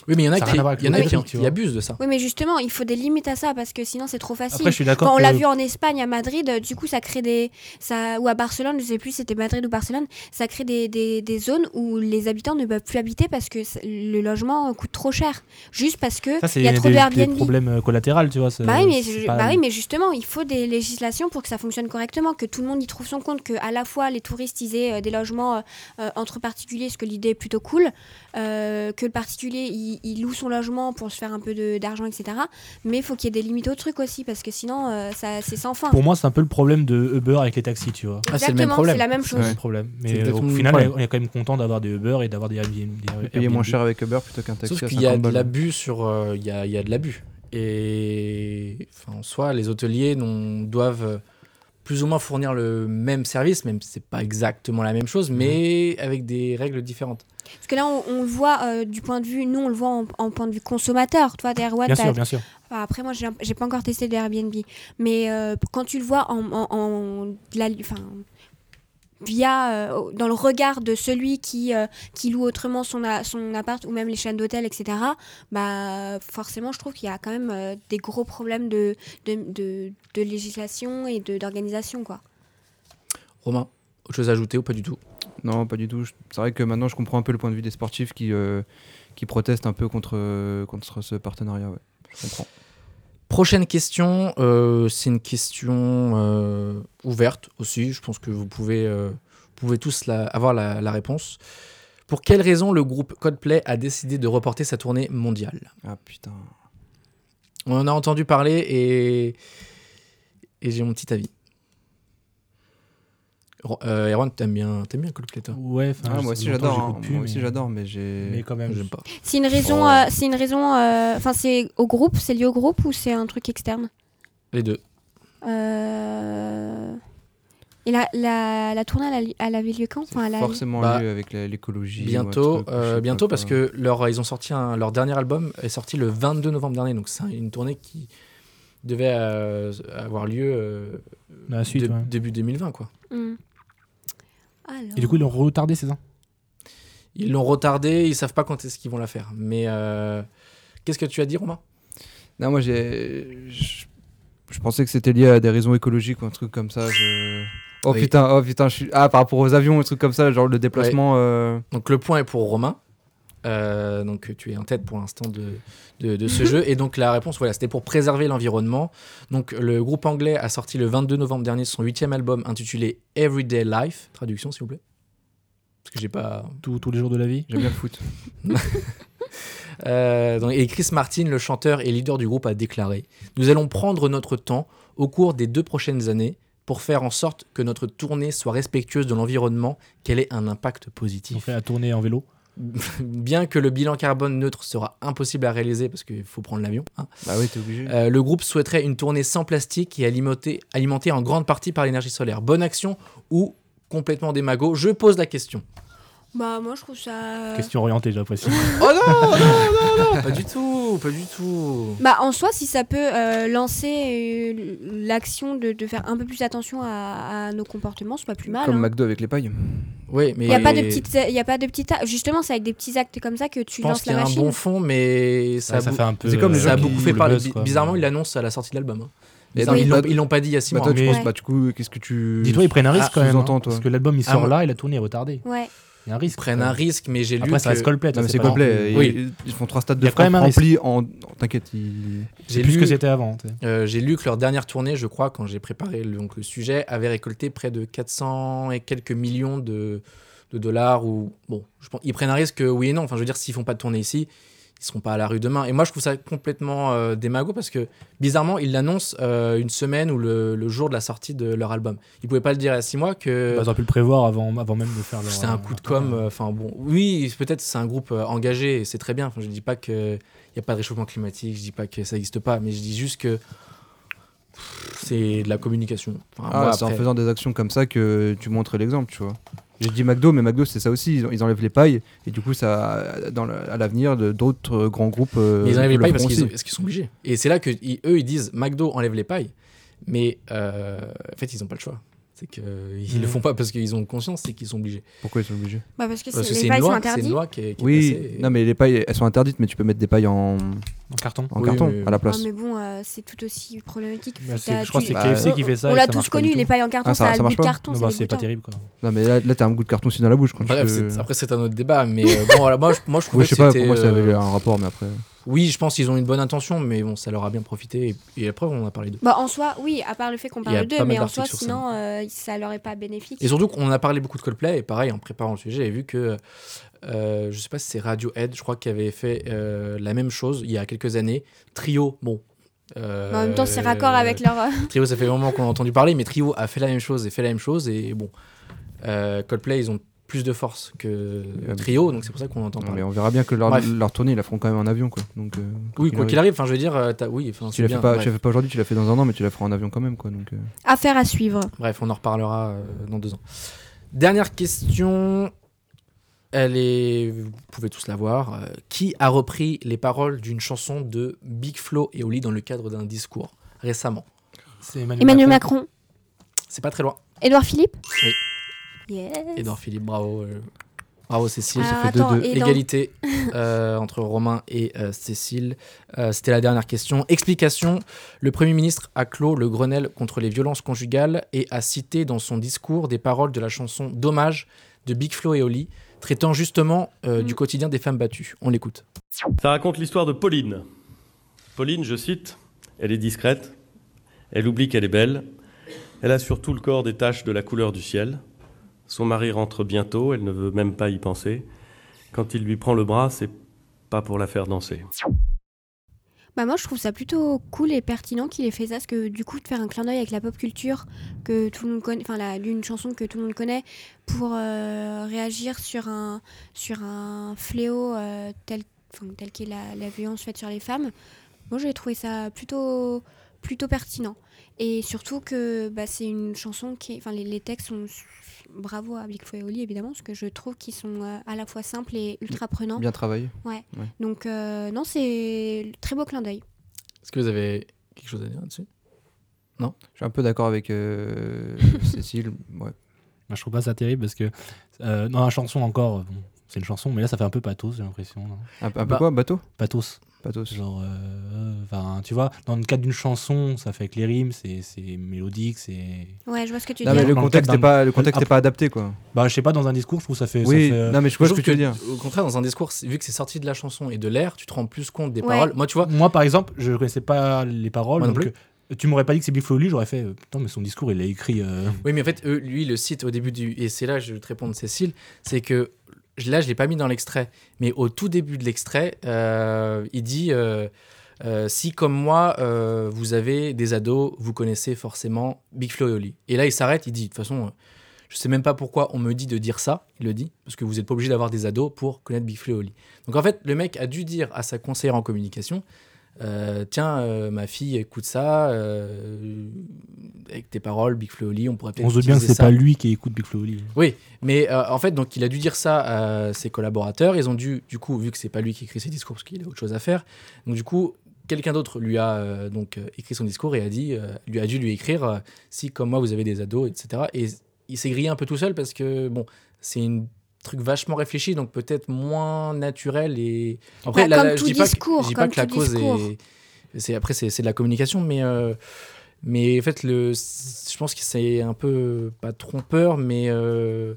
S1: Oui, mais il y en a
S4: Ça a
S1: qui,
S4: rien à voir avec
S1: il y en a
S4: le
S1: qui-
S4: prix, tu
S1: qui
S4: vois.
S1: abusent de ça.
S2: Oui, mais justement, il faut des limites à ça parce que sinon c'est trop facile.
S4: Après, je suis d'accord.
S2: Quand Ah, on
S4: que-
S2: l'a vu en Espagne, à Madrid, euh, du coup, ça crée des. Ça, ou à Barcelone, je sais plus si c'était Madrid ou Barcelone, ça crée des, des- des zones où les habitants ne peuvent plus habiter parce que c- le logement coûte trop cher. Juste parce que
S4: Ça, c'est
S2: il y a
S4: des-
S2: trop
S4: des,
S2: d'Airbnb.
S4: problèmes euh, collatéraux, tu vois. c'est-
S2: Bah oui, mais
S4: c'est
S2: je-
S4: pas-
S2: bah oui, mais justement, il faut des législations pour que ça fonctionne correctement, que tout le monde y trouve son compte, que à la fois les touristes ils aient euh, des logements euh, euh, entre particuliers, ce que l'idée est plutôt cool, euh, que le particulier il, il loue son logement pour se faire un peu de- d'argent, etc. Mais il faut qu'il y ait des limites au truc aussi, parce que sinon euh, ça c'est sans fin.
S4: Pour moi, c'est un peu le problème de Uber avec les taxis, tu vois.
S1: Ah, c'est le même
S2: Exactement,
S1: problème.
S2: c'est la même chose.
S4: C'est
S3: Ouais.
S4: le problème.
S1: C'est
S4: Mais euh,
S1: exactement
S4: au
S1: le
S4: final,
S1: problème.
S4: on est quand même content d'avoir des Uber et d'avoir des Airbnb. des
S3: Payer
S4: Airbnb.
S3: moins cher avec Uber plutôt qu'un taxi.
S1: Sauf
S3: à
S1: qu'il y a
S3: 50
S1: de
S3: balles.
S1: l'abus sur. euh, Il y, a, il y a de l'abus. Et enfin, en soi, les hôteliers n'ont- doivent euh, plus ou moins fournir le même service, même si c'est pas exactement la même chose, mais avec des règles différentes.
S2: Parce que là on, on le voit euh, du point de vue, nous on le voit en, en point de vue consommateur. Toi, derrière
S4: Bien sûr, bien sûr.
S2: Enfin, après, moi, j'ai un- j'ai pas encore testé le Airbnb, mais euh, quand tu le vois en, en- en- de la, enfin, via euh, dans le regard de celui qui euh, qui loue autrement son a- son appart ou même les chaînes d'hôtel, etc. Bah, forcément, je trouve qu'il y a quand même euh, des gros problèmes de de, de- de législation et de d'organisation, quoi.
S1: Romain, autre chose à ajouter ou pas du tout
S3: Non, pas du tout. Je- C'est vrai que maintenant, je comprends un peu le point de vue des sportifs qui, euh, qui protestent un peu contre, euh, contre ce partenariat. ouais. Je comprends.
S1: Prochaine question, euh, c'est une question euh, ouverte aussi. Je pense que vous pouvez, euh, vous pouvez tous la- avoir la, la réponse. Pour quelle raison le groupe Coldplay a décidé de reporter sa tournée mondiale
S3: Ah putain.
S1: On en a entendu parler et, et j'ai mon petit avis. Ro- euh, Erwan, t'aimes bien, t'aimes bien Coldplay, toi
S4: Ouais, enfin,
S3: Ah,
S4: je-
S3: moi aussi
S4: longtemps,
S3: j'adore.
S4: j'écoute
S3: hein.
S4: plus,
S3: Moi aussi
S4: mais-
S3: j'adore, mais j'ai.
S4: Mais quand même,
S1: J'aime pas.
S2: C'est une raison,
S3: Oh.
S2: euh, c'est une raison, euh, enfin, c'est au groupe, c'est lié au groupe ou c'est un truc externe
S1: Les deux.
S2: Euh, Et la, la, la tournée, elle, a li- elle avait lieu quand
S3: C'est
S2: Enfin, elle a-
S3: forcément
S1: Bah,
S3: lié avec la- l'écologie. ou un
S1: Bientôt,
S3: truc, ou je sais
S1: euh,
S3: pas
S1: bientôt parce
S3: quoi.
S1: que leur, ils ont sorti un- leur dernier album est sorti le 22 novembre dernier, donc c'est une tournée qui devait euh, avoir lieu euh,
S4: Dans la suite,
S1: dé-
S4: ouais.
S1: début 2020 quoi.
S2: Hmm.
S4: Et du coup,
S2: Alors.
S4: ils l'ont retardé, c'est ça
S1: Ils l'ont retardé, ils savent pas quand est-ce qu'ils vont la faire. Mais euh, qu'est-ce que tu as dit Romain
S3: Non, moi j'ai. Je Je pensais que c'était lié à des raisons écologiques ou un truc comme ça. je- Oh
S1: Oui.
S3: putain, oh putain, je suis. Ah, par rapport aux avions, un truc comme ça, genre le déplacement. euh,
S1: Donc le point est pour Romain. Euh, donc tu es en tête pour l'instant de, de, de ce jeu. Et donc la réponse, voilà, c'était pour préserver l'environnement. Donc le groupe anglais a sorti le 22 novembre dernier son huitième album intitulé Everyday Life. Traduction s'il vous plaît. Parce que j'ai pas...
S4: Tous tous les jours de la vie.
S3: J'aime bien le foot.
S1: Euh, donc- et Chris Martin, le chanteur et leader du groupe, a déclaré Nous allons prendre notre temps au cours des deux prochaines années pour faire en sorte que notre tournée soit respectueuse de l'environnement, qu'elle ait un impact
S4: Ils ont
S1: positif.
S4: fait la tournée en vélo.
S1: Bien que le bilan carbone neutre sera impossible à réaliser parce qu'il faut prendre l'avion, hein,
S3: Bah oui, t'es obligé.
S1: euh, le groupe souhaiterait une tournée sans plastique et alimentée, alimentée en grande partie par l'énergie solaire. Bonne action ou complètement démago Je pose la question.
S2: Bah, moi, je trouve ça.
S4: Question orientée, j'apprécie.
S1: Oh non, non, non, non, pas du tout, pas du tout.
S2: Bah, en soi, si ça peut euh, lancer euh, l'action de, de faire un peu plus attention à, à nos comportements, c'est pas plus mal.
S3: Comme
S2: hein.
S3: McDo avec les pailles.
S1: Oui, mais
S2: Il n'y a pas de petites, il y a pas de petites, a- justement, c'est avec des petits actes comme ça que
S1: Je
S2: tu
S1: pense
S2: lances
S1: qu'il
S2: la
S1: y a un
S2: machine.
S1: bon fond, mais ça,
S4: Ouais,
S1: a
S4: ça
S1: bou-
S4: fait un peu. euh,
S3: c'est comme les
S1: ça a
S3: gens qui
S1: beaucoup fait
S4: le
S1: parler.
S4: buzz, quoi. Eh ben,
S1: Bizarrement, ils l'annoncent à la sortie de l'album. hein.
S3: Et
S1: Ils
S3: donc,
S1: ils
S3: bah,
S1: l'ont- ils l'ont pas dit il y a six
S3: bah,
S1: mois.
S3: toi,
S1: hein.
S3: tu
S2: mais-
S3: penses,
S2: Ouais.
S3: bah, du coup, qu'est-ce que tu.
S4: Dis-toi, ils prennent un risque quand même. hein,
S3: sous-entends, toi.
S4: Parce que l'album il sort
S1: Ah,
S4: là et la tournée est retardée.
S2: Ouais.
S4: Il y a un
S1: Ils
S4: risque.
S1: prennent un risque, mais j'ai lu
S4: Après, ça
S1: que
S4: reste Coldplay.
S3: Non,
S4: ça,
S3: mais c'est
S4: pas grave.
S3: complet.
S1: Oui.
S3: Ils, ils font trois stades
S4: Il y
S3: de
S4: a quand
S3: France
S4: même un risque.
S3: remplis en. en- T'inquiète, ils.
S1: j'ai
S4: C'est plus
S1: lu-
S4: que c'était avant. tu sais.
S1: euh, j'ai lu que leur dernière tournée, je crois, quand j'ai préparé le, donc, le sujet, avait récolté près de 400 et quelques millions de, de dollars. Ou bon, je pense, ils prennent un risque, euh, oui et non. Enfin, je veux dire, s'ils font pas de tournée ici, ils seront pas à la rue demain. Et moi, je trouve ça complètement euh, démago parce que bizarrement, ils l'annoncent euh, une semaine ou le, le jour de la sortie de leur album. Ils pouvaient pas le dire à six mois que.
S4: Bah, Ils auraient pu le prévoir avant avant même de faire leur.
S1: C'est un coup de com. euh, Enfin bon, oui, peut-être c'est un groupe euh, engagé et c'est très bien. Enfin, je dis pas que il y a pas de réchauffement climatique, je dis pas que ça n'existe pas, mais je dis juste que pff, c'est de la communication. Enfin,
S3: Ah,
S1: moi,
S3: c'est en
S1: après-
S3: faisant des actions comme ça que tu montres l'exemple, tu vois. J'ai dit McDo, mais McDo, c'est ça aussi. Ils, en- ils enlèvent les pailles, et du coup, ça, dans le- à l'avenir, de- d'autres grands groupes. euh,
S1: mais ils enlèvent les
S3: le
S1: pailles
S3: feront
S1: parce qu'ils
S3: aussi.
S1: parce qu'ils sont obligés. Et c'est là que ils- eux ils disent McDo enlève les pailles, mais euh, en fait ils ont pas le choix. C'est que ils le
S4: Mhm.
S1: font pas parce qu'ils ont conscience, c'est qu'ils sont obligés.
S3: Pourquoi ils sont obligés
S2: Bah, parce que c'est
S1: Parce que
S2: les
S1: c'est une
S2: pailles sont
S1: loi, c'est une
S2: interdites. Ah,
S1: loi qui est, qui est
S3: Oui,
S1: passée.
S3: non, mais les pailles, elles sont interdites, mais tu peux mettre des pailles en,
S4: En carton.
S3: en
S1: Oui,
S3: carton
S1: mais-
S3: à la
S2: Ah,
S3: place.
S2: mais bon, euh, c'est tout aussi problématique.
S4: Bah, c'est-
S2: T'as-
S4: je crois que
S2: tu-
S4: c'est
S3: Bah,
S4: KFC qui fait ça.
S2: On
S4: et
S2: l'a
S4: ça
S2: tous
S4: marche pas
S2: connu,
S4: du
S2: les
S4: tout.
S2: pailles en carton,
S3: Ah, ça-
S2: ça, a
S3: ça
S2: le
S3: marche
S2: goût de
S3: pas
S2: carton,
S4: Non,
S2: ça
S4: bah,
S2: a
S4: C'est
S2: dégoûtant.
S4: pas terrible. quoi.
S3: Non, mais là, là, t'as un goût de carton sinon à la bouche quand
S1: Bref,
S3: tu.
S1: c'est- après c'est un autre débat, mais euh, bon, voilà, moi, je, moi je trouvais
S3: Oui, je sais
S1: que
S3: pas,
S1: c'était,
S3: pour moi, ça
S1: euh,
S3: avait un rapport, mais après.
S1: Oui, je pense qu'ils ont une bonne intention, mais bon, ça leur a bien profité. Et, et après, on a parlé d'eux.
S2: Bah, en soi, oui, à part le fait qu'on
S1: Il y a
S2: parle
S1: pas
S2: d'eux,
S1: mal
S2: mais en
S1: d'articles sur
S2: soi,
S1: ça.
S2: sinon, euh, ça leur est pas bénéfique.
S1: Et surtout qu'on a parlé beaucoup de Coldplay, et pareil, en préparant le sujet, j'ai vu que, euh, je sais pas si c'est Radiohead, je crois, qui avait fait euh, la même chose il y a quelques années. Trio, bon. euh,
S2: Mais Bah, en même temps, c'est raccord avec leur. euh,
S1: Trio, ça fait un moment qu'on a entendu parler, mais Trio a fait la même chose et fait la même chose, et bon. euh, Coldplay, ils ont plus de force que
S3: mais-
S1: Trio, donc c'est pour ça qu'on entend
S3: Euh, Non,
S1: parler.
S3: mais on verra bien que leur,
S1: Bref.
S3: leur tournée, ils la feront quand même en avion, quoi. Donc, euh,
S1: Oui, quoi qu'il
S3: arrive.
S1: arrive, enfin, je veux dire, euh, t'as- oui, enfin,
S3: Tu
S1: c'est
S3: la
S1: bien.
S3: fais pas,
S1: bref.
S3: tu la fais pas aujourd'hui, tu la fais dans un an, mais tu la feras en avion quand même, quoi. Donc, euh,
S2: Affaire à suivre.
S1: Bref, on en reparlera euh, dans deux ans. Dernière question. Elle est. Vous pouvez tous la voir. Euh, qui a repris les paroles d'une chanson de Big Flo et Oli dans le cadre d'un discours récemment
S4: C'est Emmanuel,
S2: Emmanuel Macron,
S1: C'est pas très loin.
S2: Édouard Philippe
S1: Oui.
S2: Yes.
S1: Edouard Philippe, bravo. euh, bravo, Cécile.
S2: Alors,
S3: fait deux,
S2: attends,
S3: deux.
S2: et dans-
S1: Égalité euh, entre Romain et euh, Cécile. Euh, C'était la dernière question. Explication. Le Premier ministre a clos le Grenelle contre les violences conjugales et a cité dans son discours des paroles de la chanson Dommage de Big Flo et Oli, traitant justement euh,
S2: Mm.
S1: du quotidien des femmes battues. On l'écoute.
S5: Ça raconte l'histoire de Pauline. Pauline, je cite, elle est discrète, elle oublie qu'elle est belle, elle a sur tout le corps des taches de la couleur du ciel. Son mari rentre bientôt, elle ne veut même pas y penser. Quand il lui prend le bras, c'est pas pour la faire danser.
S2: Bah moi je trouve ça plutôt cool et pertinent qu'il ait fait ça, parce que du coup de faire un clin d'œil avec la pop culture que tout le monde connaît, enfin la- d'une chanson que tout le monde connaît, pour euh, réagir sur un sur un fléau euh, tel, enfin, tel qu'est la, la violence faite sur les femmes. Moi j'ai trouvé ça plutôt plutôt pertinent et surtout que bah, c'est une chanson qui, est- enfin les, les textes sont bravo à Big Flo et Oli évidemment, parce que je trouve qu'ils sont euh, à la fois simples et ultra prenants.
S3: bien travaillé.
S2: Donc euh, non c'est très beau clin d'œil.
S1: Est-ce que vous avez quelque chose à dire là-dessus
S3: Je suis un peu d'accord avec euh, Cécile. Ouais.
S4: Moi, je trouve pas ça terrible parce que euh, dans la chanson encore, bon, c'est une chanson, mais là ça fait un peu pathos, j'ai l'impression. non
S3: Un, un
S1: Bah.
S3: peu quoi, bateau
S4: Pathos.
S3: Pathos.
S4: Genre, euh, enfin, tu vois, dans le cadre d'une chanson, ça fait avec les rimes, c'est c'est mélodique, c'est.
S2: Ouais, je vois ce que tu
S3: Non,
S2: dis.
S3: mais le
S4: Dans le
S3: contexte
S4: cadre
S3: n'est pas, le contexte
S4: Après-
S3: n'est pas adapté, quoi.
S4: Bah, je sais pas, dans un discours, je trouve que ça fait. ça
S3: Oui,
S4: fait, euh,
S3: non, mais je vois ce que
S1: trouve
S3: tu veux dire.
S1: Au contraire, dans un discours, c'est- vu que c'est sorti de la chanson et de l'air, tu te rends plus compte des
S2: Ouais.
S1: paroles. Moi, tu vois,
S4: euh, Moi, par exemple, je connaissais pas les paroles.
S1: Moi non
S4: donc,
S1: plus.
S4: euh, tu m'aurais pas dit que c'est Big Flo et Oli, j'aurais fait. euh, Putain, mais son discours, il l'a écrit. euh,
S1: oui, mais en fait, eux, lui, le cite au début du. Et c'est là, je vais te répondre, Cécile, c'est que je- là, je l'ai pas mis dans l'extrait, mais au tout début de l'extrait, euh, il dit. euh, euh, si comme moi, euh, vous avez des ados, vous connaissez forcément Big Flo et Oli. Et là, il s'arrête, il dit, de toute façon, euh, je sais même pas pourquoi on me dit de dire ça, il le dit, parce que vous n'êtes pas obligé d'avoir des ados pour connaître Big Flo et Oli. Donc en fait, le mec a dû dire à sa conseillère en communication, euh, tiens, euh, ma fille écoute ça, euh, avec tes paroles, Big Flo et Oli, on pourrait peut-être
S4: on se doute bien que
S1: utiliser
S4: c'est
S1: ça.
S4: pas lui qui écoute Big Flo et Oli.
S1: Oui, mais euh, en fait, donc il a dû dire ça à ses collaborateurs. Ils ont dû, du coup, vu que c'est pas lui qui écrit ses discours parce qu'il a autre chose à faire, donc du coup, quelqu'un d'autre lui a euh, donc euh, écrit son discours et a dit, euh, lui a dû lui écrire euh, si comme moi vous avez des ados, etc. Et il s'est grillé un peu tout seul parce que bon, c'est une truc vachement réfléchi, donc peut-être moins naturel et
S2: Bah,
S1: là,
S2: comme
S1: là,
S2: tout
S1: je dis pas que-
S2: discours,
S1: je dis
S2: comme
S1: pas que la
S2: tout
S1: cause
S2: discours.
S1: est, c'est après c'est c'est de la communication, mais euh, mais en fait le, je pense que c'est un peu pas trompeur, mais euh,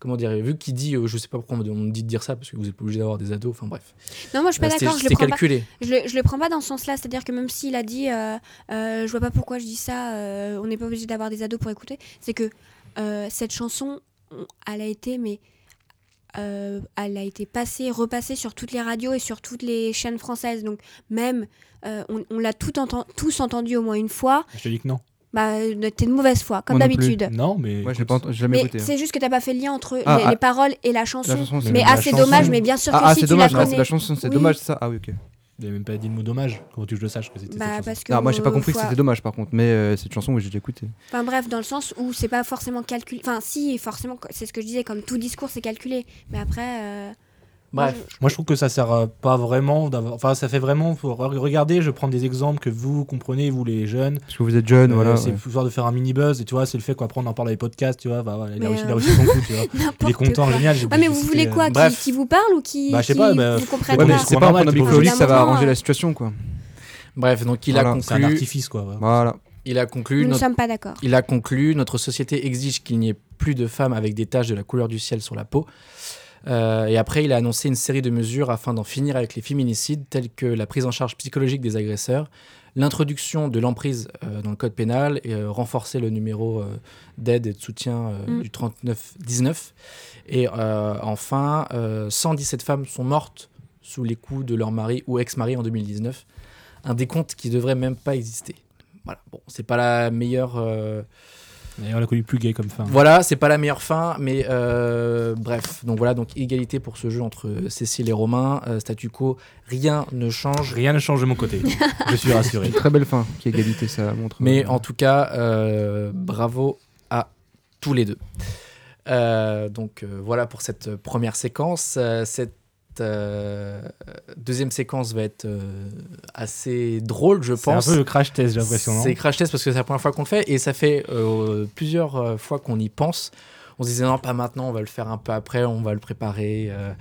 S1: comment dire, vu qu'il dit, euh, je sais pas pourquoi on me- on me dit de dire ça parce que vous êtes pas obligé d'avoir des ados, enfin bref,
S2: Non, moi je suis pas
S1: Euh, c'était-
S2: d'accord, je le
S1: c'était
S2: prends pas.
S1: calculé.
S2: Je le, je le prends pas dans ce sens-là, c'est-à-dire que même s'il a dit, euh, euh, je vois pas pourquoi je dis ça, euh, on n'est pas obligé d'avoir des ados pour écouter, c'est que euh, cette chanson, on- elle a été, mais euh, elle a été passée, repassée sur toutes les radios et sur toutes les chaînes françaises, donc même euh, on, on l'a tout enten- tous entendu au moins une fois.
S4: Je te dis que non.
S2: Bah, euh, t'es de mauvaise foi, comme
S3: Moi non plus.
S2: d'habitude.
S4: Non, mais.
S3: Moi, je l'ai
S4: écoute,
S3: pas ent- je l'ai jamais
S2: Mais
S3: écouté. hein.
S2: c'est juste que t'as pas fait le lien entre
S3: Ah,
S2: les,
S3: ah.
S2: les paroles et la chanson.
S3: La chanson, c'est-
S2: mais
S4: la
S2: ah, c'est
S4: chanson.
S2: dommage, mais bien sûr que
S3: Ah, ah,
S2: si
S3: c'est
S2: tu
S3: dommage,
S2: la
S3: non, c'est
S2: connais.
S3: la chanson, c'est
S2: Oui.
S3: dommage ça. Ah oui, ok.
S4: Il a même pas dit le mot dommage. Comment tu veux que je le sache que c'était
S2: Bah,
S4: cette chanson
S2: parce que,
S3: Non, moi, j'ai pas
S2: euh,
S3: compris que
S2: faut-
S3: c'était dommage, par contre. Mais euh, cette chanson, oui, j'ai déjà écouté.
S2: Enfin bref, dans le sens où c'est pas forcément calculé. Enfin si, forcément, c'est ce que je disais, comme tout discours c'est calculé. Mais après... euh,
S1: Bref,
S2: moi,
S4: Moi, je trouve que ça sert euh, pas vraiment d'avoir. Enfin, ça fait vraiment. Pour... Regardez, je prends des exemples que vous comprenez, vous les jeunes.
S3: Parce que vous êtes jeune,
S4: Euh,
S3: voilà.
S4: c'est
S3: ouais.
S4: pouvoir de faire un mini buzz et tu vois, c'est le fait qu'après on en parle dans les podcasts, tu vois. Bah, voilà, il, a
S2: Mais,
S4: réussi, il a
S2: euh,
S4: réussi son coup, tu vois.
S2: je-
S4: Il est
S2: n'importe
S4: content,
S2: quoi.
S4: génial. j'ai
S2: Ouais,
S4: oublié
S2: mais
S4: de
S2: vous
S4: citer,
S2: voulez
S4: euh,
S2: quoi qui,
S1: bref.
S2: qui vous parle ou qui,
S4: Bah, je sais
S2: qui
S4: pas, bah,
S2: vous comprenne
S3: Ouais, mais
S2: pas
S3: c'est
S4: qu'on
S3: pas en
S4: en parle,
S3: prenant
S4: tu
S3: Big
S4: vois.
S3: Flo et Oli que
S2: Au bout
S3: ça
S2: d'un
S3: va
S2: moment,
S3: arranger
S2: euh,
S3: la situation, quoi.
S1: bref, donc il a
S3: Voilà,
S4: C'est un
S1: conclu,
S4: artifice, quoi. voilà.
S3: Voilà.
S1: il a conclu
S2: Nous ne
S1: notre
S2: sommes pas d'accord.
S1: Il a conclu Notre société exige qu'il n'y ait plus de femmes avec des taches de la couleur du ciel sur la peau. Euh, et après, il a annoncé une série de mesures afin d'en finir avec les féminicides, telles que la prise en charge psychologique des agresseurs, l'introduction de l'emprise euh, dans le code pénal, et euh, renforcer le numéro euh, d'aide et de soutien euh,
S2: Mm.
S1: du 3919. Et euh, enfin, euh, 117 femmes sont mortes sous les coups de leur mari ou ex-mari en 2019. Un décompte qui devrait même pas exister. Voilà, bon, c'est pas la meilleure. euh,
S4: D'ailleurs, on l'a connu plus gay comme hein. fin.
S1: voilà, c'est pas la meilleure fin, mais euh, bref. Donc voilà, donc égalité pour ce jeu entre Cécile et Romain. Euh, statu quo, rien ne change.
S4: Rien ne change de mon côté. je suis rassuré.
S3: Très belle fin qui est égalité, ça montre.
S1: Mais en tout cas, euh, bravo à tous les deux. Euh, donc euh, voilà pour cette première séquence. Euh, cette euh, deuxième séquence va être euh, assez drôle, je
S4: C'est un
S1: pense.
S4: peu le crash test, j'ai l'impression, non
S1: C'est crash test parce que c'est la première fois qu'on le fait et ça fait euh, plusieurs euh, fois qu'on y pense. On se disait non, pas maintenant, on va le faire un peu après, on va le préparer. euh,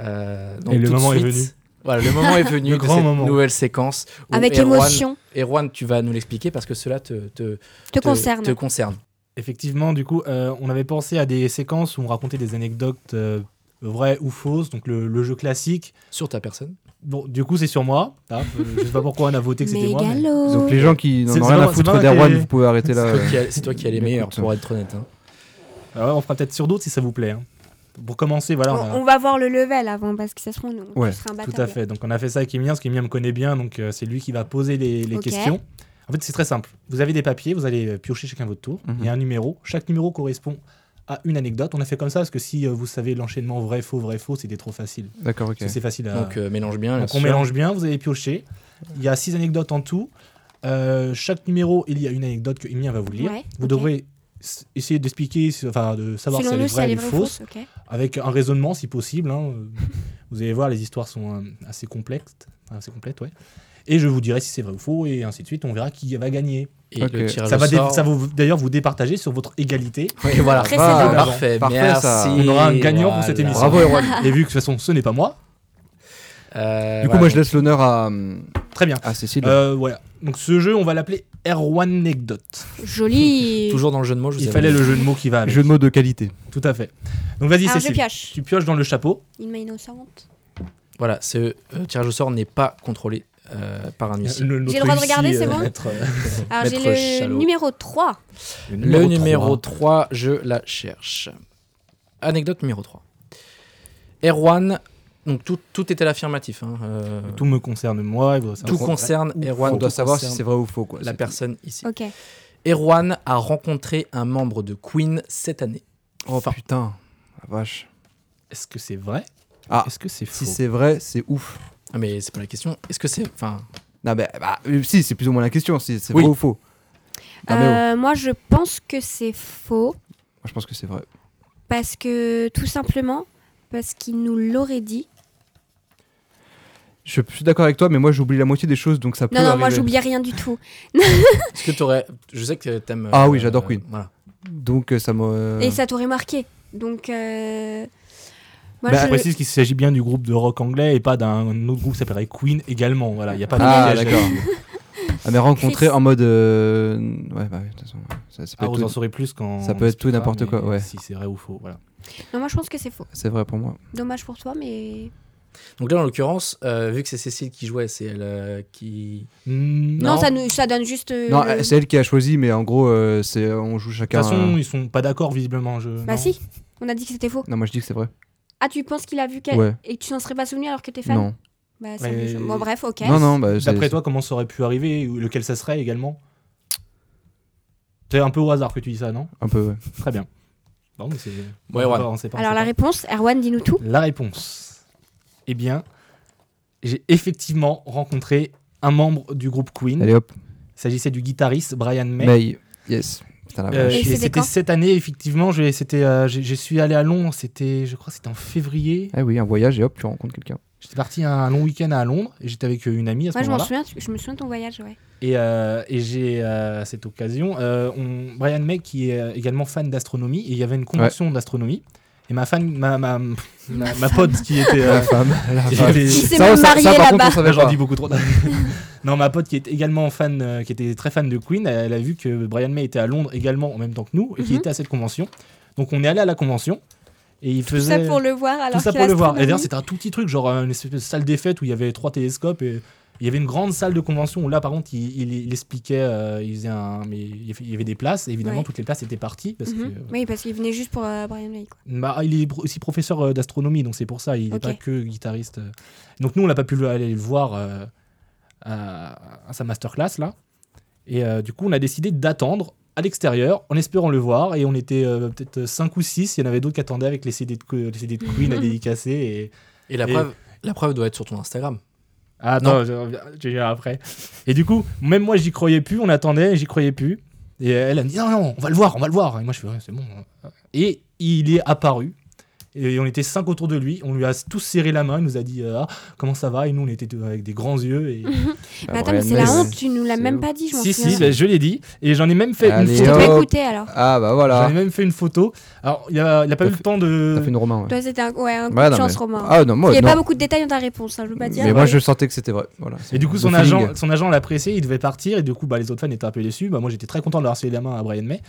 S1: euh, donc
S4: Et le
S1: tout de
S4: moment est
S1: suite-
S4: venu.
S1: Voilà, le moment est venu
S4: Le
S1: de
S4: grand
S1: cette
S4: moment.
S1: nouvelle séquence. où
S2: Avec
S1: Erwan-
S2: émotion,
S1: Erwan, tu vas nous l'expliquer parce que cela te, te, te-
S2: te, concerne.
S1: te concerne.
S4: Effectivement, du coup, euh, on avait pensé à des séquences où on racontait des anecdotes euh, vraies ou fausses, donc le, le jeu classique.
S1: Sur ta personne.
S4: Bon, du coup, c'est sur moi. hein. Euh, je sais pas pourquoi on a voté que c'était moi. mais-
S2: Mégalo.
S3: Donc les gens qui n'en
S4: C'est-
S3: ont
S4: c'est
S3: rien
S4: pas-
S3: à
S4: c'est
S3: foutre
S4: pas moi
S3: d'Erwan,
S4: qui-
S3: vous pouvez arrêter là.
S1: C'est toi
S3: euh.
S1: qui as- C'est toi qui as les
S3: Écoute.
S1: meilleurs, pour être honnête. hein.
S4: Alors, euh, on fera peut-être sur d'autres si ça vous plaît. hein. Pour commencer, voilà. on a-
S2: On, on va voir le level avant, parce que ça se trouve, on
S3: Ouais,
S2: tu seras imbattable.
S4: Tout à fait. Donc on a fait ça avec Emilien, parce qu'Emilien me connaît bien, donc euh, c'est lui qui va poser les, les
S2: Ok.
S4: questions. En fait, c'est très simple. Vous avez des papiers, vous allez euh, piocher chacun votre tour.
S1: Mhm.
S4: Il y a un numéro. Chaque numéro correspond à une anecdote. On a fait comme ça parce que si euh, vous savez l'enchaînement vrai, faux, vrai, faux, c'était trop facile.
S3: D'accord, ok.
S4: Parce que c'est facile à.
S1: Donc euh, mélange bien.
S4: Donc, on
S1: là-dessus.
S4: mélange bien, vous allez piocher. Il y a six anecdotes en tout. Euh, chaque numéro, il y a une anecdote que Emilien va vous lire.
S2: Ouais,
S4: vous
S2: ok.
S4: devrez s- essayer d'expliquer, si- enfin de savoir
S2: Selon
S4: si elle est
S2: nous, si
S4: vraie
S2: elle
S4: ou
S2: est vraie ou
S4: fausse
S2: fausse, ok.
S4: avec un raisonnement si possible. hein. Euh, Vous allez voir, les histoires sont euh, assez complexes, assez complètes, ouais. Et je vous dirai si c'est vrai ou faux, et ainsi de suite. On verra qui va gagner.
S1: Et
S3: Ok.
S1: Ah, le tirage
S4: Ça
S1: au
S4: va, dé-
S1: sort.
S4: ça va vous- d'ailleurs vous départager sur votre égalité.
S1: Oui, voilà.
S2: Très
S3: Ah,
S2: sévère.
S3: bah,
S1: Parfait,
S3: Parfait,
S1: merci.
S3: ça.
S4: On aura un gagnant pour cette émission.
S2: Ah.
S3: Bravo, Erwan.
S4: Et vu que de toute façon ce n'est pas moi,
S1: Euh,
S3: Du coup,
S1: voilà,
S3: moi, je
S1: donc,
S3: laisse l'honneur à,
S4: Très bien.
S3: à Cécile.
S4: Euh, voilà. Donc ce jeu, on va l'appeler Erwanecdote.
S2: Joli.
S1: Toujours dans le jeu de mots, je vous
S4: Il
S1: avais
S4: fallait
S1: dit.
S4: le jeu de mots qui va avec.
S3: Jeu de mots de qualité.
S4: Tout à fait. Donc vas-y,
S2: Alors je
S4: Cécile.
S2: pioche.
S4: Tu pioches dans le chapeau.
S2: Une main innocente.
S1: Voilà, ce euh, tirage au sort n'est pas contrôlé euh, par un huissier.
S4: Le-
S2: J'ai
S4: notre
S2: le droit de
S4: huissier,
S2: regarder, c'est
S4: euh,
S2: bon
S4: maître, euh,
S2: Alors j'ai
S1: Maître
S2: le
S1: Chalot.
S2: numéro 3.
S1: Le numéro 3, je la cherche. Anecdote numéro 3. Erwan, donc tout, tout était à l'affirmatif. hein, euh,
S4: Tout me concerne moi. et vous- ça
S1: tout
S4: me-
S1: concerne Erwan.
S3: On doit
S1: tout
S3: savoir si
S1: concerne
S3: c'est vrai ou faux. Quoi.
S1: la personne ici.
S2: Ok.
S1: Erwan a rencontré un membre de Queen cette année.
S3: Oh putain, la vache.
S4: Est-ce que c'est vrai
S3: Ah,
S4: Est-ce que c'est faux
S3: Si c'est vrai, c'est ouf.
S1: Ah, mais c'est pas la question. Est-ce que c'est. Enfin,
S3: Non, mais bah, euh, si, c'est plus ou moins la question. Si c'est
S1: Oui.
S3: vrai ou faux. Non, mais oh.
S2: Euh, moi je pense que c'est faux
S3: Moi, je pense que c'est vrai.
S2: parce que tout simplement parce qu'il nous l'aurait dit.
S3: Je suis d'accord avec toi, mais moi, j'oublie la moitié des choses, donc ça peut.
S2: Non non,
S3: arriver.
S2: moi j'oubliais rien du tout.
S1: est-ce que t'aurais. Je sais que t'aimes. euh,
S3: Ah oui, j'adore Queen.
S1: Voilà.
S3: Donc, euh, ça me.
S2: Et ça t'aurait marqué. Donc euh, moi
S4: Bah,
S2: je
S4: Je précise qu'il s'agit bien du groupe de rock anglais et pas d'un autre groupe qui s'appellerait Queen également. Voilà, il y a pas de
S3: Ah,
S4: piège
S3: d'accord.
S4: là-dessus.
S3: Ah, mais rencontrer
S2: Chris.
S3: en mode. euh, Ouais, bah, oui, de toute façon, ouais. ça, ça peut
S4: Ah,
S3: être
S4: vous en
S3: tout.
S4: saurez plus quand.
S3: Ça
S4: on
S3: peut être tout et
S4: discutera,
S3: n'importe
S4: mais
S3: quoi, ouais.
S4: Si c'est vrai ou faux, voilà.
S2: Non, moi je pense que c'est faux.
S3: C'est vrai pour moi.
S2: Dommage pour toi, mais.
S1: Donc là, en l'occurrence, euh, vu que c'est Cécile qui jouait, c'est elle euh, qui.
S4: Mm,
S2: Non,
S1: Non.
S2: ça, nous, ça donne juste. euh,
S3: Non,
S2: le-
S3: euh, c'est elle qui a choisi, mais en gros, euh, c'est on joue
S4: De
S3: chacun.
S4: toute façon,
S3: un-
S4: ils sont pas d'accord visiblement. Je...
S2: Bah
S4: non
S2: si, on a dit que c'était faux.
S3: Non, moi je dis que c'est vrai.
S2: Ah, tu penses qu'il a vu qu'elle.
S3: Ouais.
S2: Et que tu n'en serais pas souvenu alors que t'es fan
S3: Non.
S2: Bah,
S4: Ouais,
S2: sérieux.
S4: ouais,
S2: Bon,
S4: ouais.
S2: bref, ok.
S3: Non, non, bah, c'est-
S4: D'après toi, comment ça aurait pu arriver ou lequel ça serait également C'est un peu au hasard que tu dis ça, non
S3: un peu, ouais.
S4: Très bien. Bon, mais c'est.
S1: Ouais, ouais.
S4: on sait pas, on sait pas, on
S2: Alors
S4: sait
S2: la
S4: pas.
S2: réponse, Erwan, dis-nous tout.
S4: La réponse. Eh bien, j'ai effectivement rencontré un membre du groupe Queen.
S3: Allez hop,
S4: Il s'agissait du guitariste Brian May.
S3: May. Yes. Putain, la
S4: Euh,
S3: Ah vache.
S2: Et
S4: et
S2: c'était
S4: c'était
S2: quand
S4: cette année, effectivement. Je, c'était, euh, j'ai- je suis allé à Londres, c'était, je crois que c'était en février.
S3: Ah oui, un voyage et hop, tu rencontres quelqu'un.
S4: J'étais parti un, un long week-end à Londres et j'étais avec euh, une amie à ce
S2: Moi, je m'en
S4: moment-là.
S2: souviens, tu- je me souviens de ton voyage, ouais.
S4: Et, euh, et j'ai, euh, à cette occasion, euh, on- Brian May, qui est euh, également fan d'astronomie, et il y avait une convention d'astronomie. Et ma fan, ma, ma, ma, ma pote qui était. euh,
S3: La femme. La
S4: qui
S3: femme.
S4: était-
S2: Qui s'est
S3: Ça,
S2: même
S3: ça- ça,
S2: marié
S3: par contre,
S2: là-bas.
S3: on savait
S4: Ah, J'en
S3: pas.
S4: dis beaucoup trop. non, ma pote qui est également fan, euh, qui était très fan de Queen, elle a vu que Brian May était à Londres également en même temps que nous et qu'il
S2: Mhm.
S4: était à cette convention. Donc on est allé à la convention et il
S2: Tout ça
S4: faisait
S2: pour le voir alors
S4: tout ça
S2: qu'il
S4: pour
S2: a
S4: le voir. Eh Et d'ailleurs
S2: astronomie.
S4: c'était un tout petit truc, genre euh, une espèce de salle des fêtes où il y avait trois télescopes et il y avait une grande salle de convention où là par contre il, il- il expliquait, euh, il faisait un, mais il y avait- il y avait des places. Et évidemment
S2: Ouais.
S4: toutes les places étaient parties parce
S2: Mhm.
S4: que euh,
S2: Oui, parce qu'il venait juste pour euh, Brian May, quoi.
S4: bah, il est pro- aussi professeur euh, d'astronomie, donc c'est pour ça, il n'est
S2: Ok.
S4: pas que guitariste. euh. Donc nous, on n'a pas pu le- aller le voir euh, à, à sa masterclass, là. Et euh, du coup, on a décidé d'attendre à l'extérieur, en espérant le voir. Et on était euh, peut-être 5 ou 6, il y en avait d'autres qui attendaient avec les CD de, que- les CD de Queen à dédicacer. Et...
S1: Et la,
S4: Et-
S1: Preuve, la preuve doit être sur ton Instagram.
S4: Ah, attends, je reviens- je vais dire après. Et du coup, même moi, j'y croyais plus, on attendait, j'y croyais plus. Et elle, elle me dit non, non, on va le voir, on va le voir. Et moi, je fais ouais, c'est bon. hein. Et il est apparu. Et on était cinq autour de lui. On lui a tous serré la main. Il nous a dit euh, Ah, comment ça va Et nous, on était deux avec des grands yeux. Et...
S3: Ah,
S2: mais attends,
S3: Brian
S2: mais c'est
S3: May,
S2: la
S3: ouais.
S2: honte, tu nous l'as
S3: C'est
S2: même
S3: ouf.
S2: pas dit, Mmh, je m'en
S4: si,
S2: souviens.
S4: si, bah, je l'ai dit. Et j'en ai même fait
S3: Allez,
S4: une
S2: T'as
S4: photo.
S2: pas
S3: Oh.
S2: écouté alors.
S3: Ah bah
S4: J'en
S3: voilà. Bah,
S4: ai même fait une photo. Alors, il a, il a
S3: T'as
S4: pas eu le
S3: fait-
S4: temps
S3: T'as
S4: de.
S3: fait une romain, ouais.
S2: Toi, c'était un, ouais, un coup
S3: Ouais,
S2: de
S3: non,
S2: chance,
S3: mais-
S2: Romain.
S3: Ah non, moi,
S2: Il n'y a
S3: non.
S2: pas beaucoup de détails dans ta réponse, hein, je veux pas dire.
S3: Mais moi je sentais que c'était vrai. Voilà.
S4: Et du coup,
S3: Le
S4: son
S3: feeling.
S4: agent, son agent l'a pressé, il devait partir, et du coup, bah, les autres fans étaient un peu déçus. Bah, moi, j'étais très content de leur serrer la main à hein, Brian May.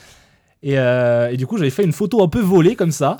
S4: Et, euh, et du coup, j'avais fait une photo un peu volée comme ça.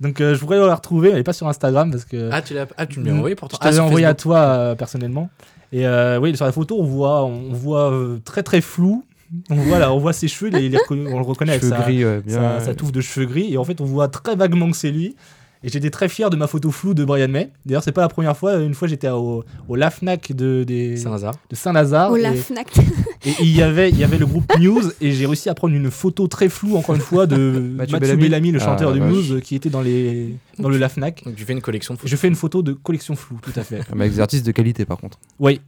S4: Donc, euh, je voudrais la retrouver, mais pas sur Instagram parce que
S1: Ah, tu, l'as... ah, tu me l'as
S4: Mm.
S1: envoyé pourtant.
S4: je te l'ai
S1: sur
S4: envoyé à
S1: Facebook.
S4: toi euh, personnellement. Et euh, oui, sur la photo, on voit, on voit euh, très très flou. On voit, là, on voit ses cheveux, il est- il est reconnu- on le reconnaît avec
S3: Cheveux
S4: sa,
S3: gris, ouais, bien. euh,
S4: sa, sa touffe de cheveux gris. Et en fait, on voit très vaguement que c'est lui. Et j'étais très fier de ma photo floue de Brian May. D'ailleurs, c'est pas la première fois. Une fois, j'étais au, au Lafnac de, des-
S1: C'est un hasard.
S4: de Saint-Lazare.
S2: Oh
S4: et-
S2: la Fnac.
S4: et il y avait, il y avait le groupe Muse et j'ai réussi à prendre une photo très floue encore une fois de Mathieu, Bellamy,
S3: Bellamy.
S4: le
S3: Ah,
S4: chanteur de
S3: la vache.
S4: Muse qui était dans les dans le Lafnac.
S1: Donc tu fais une collection de photos.
S4: Je fais une photo de collection floue, tout à fait.
S3: Ah, mais avec des artistes de qualité par contre.
S4: Oui.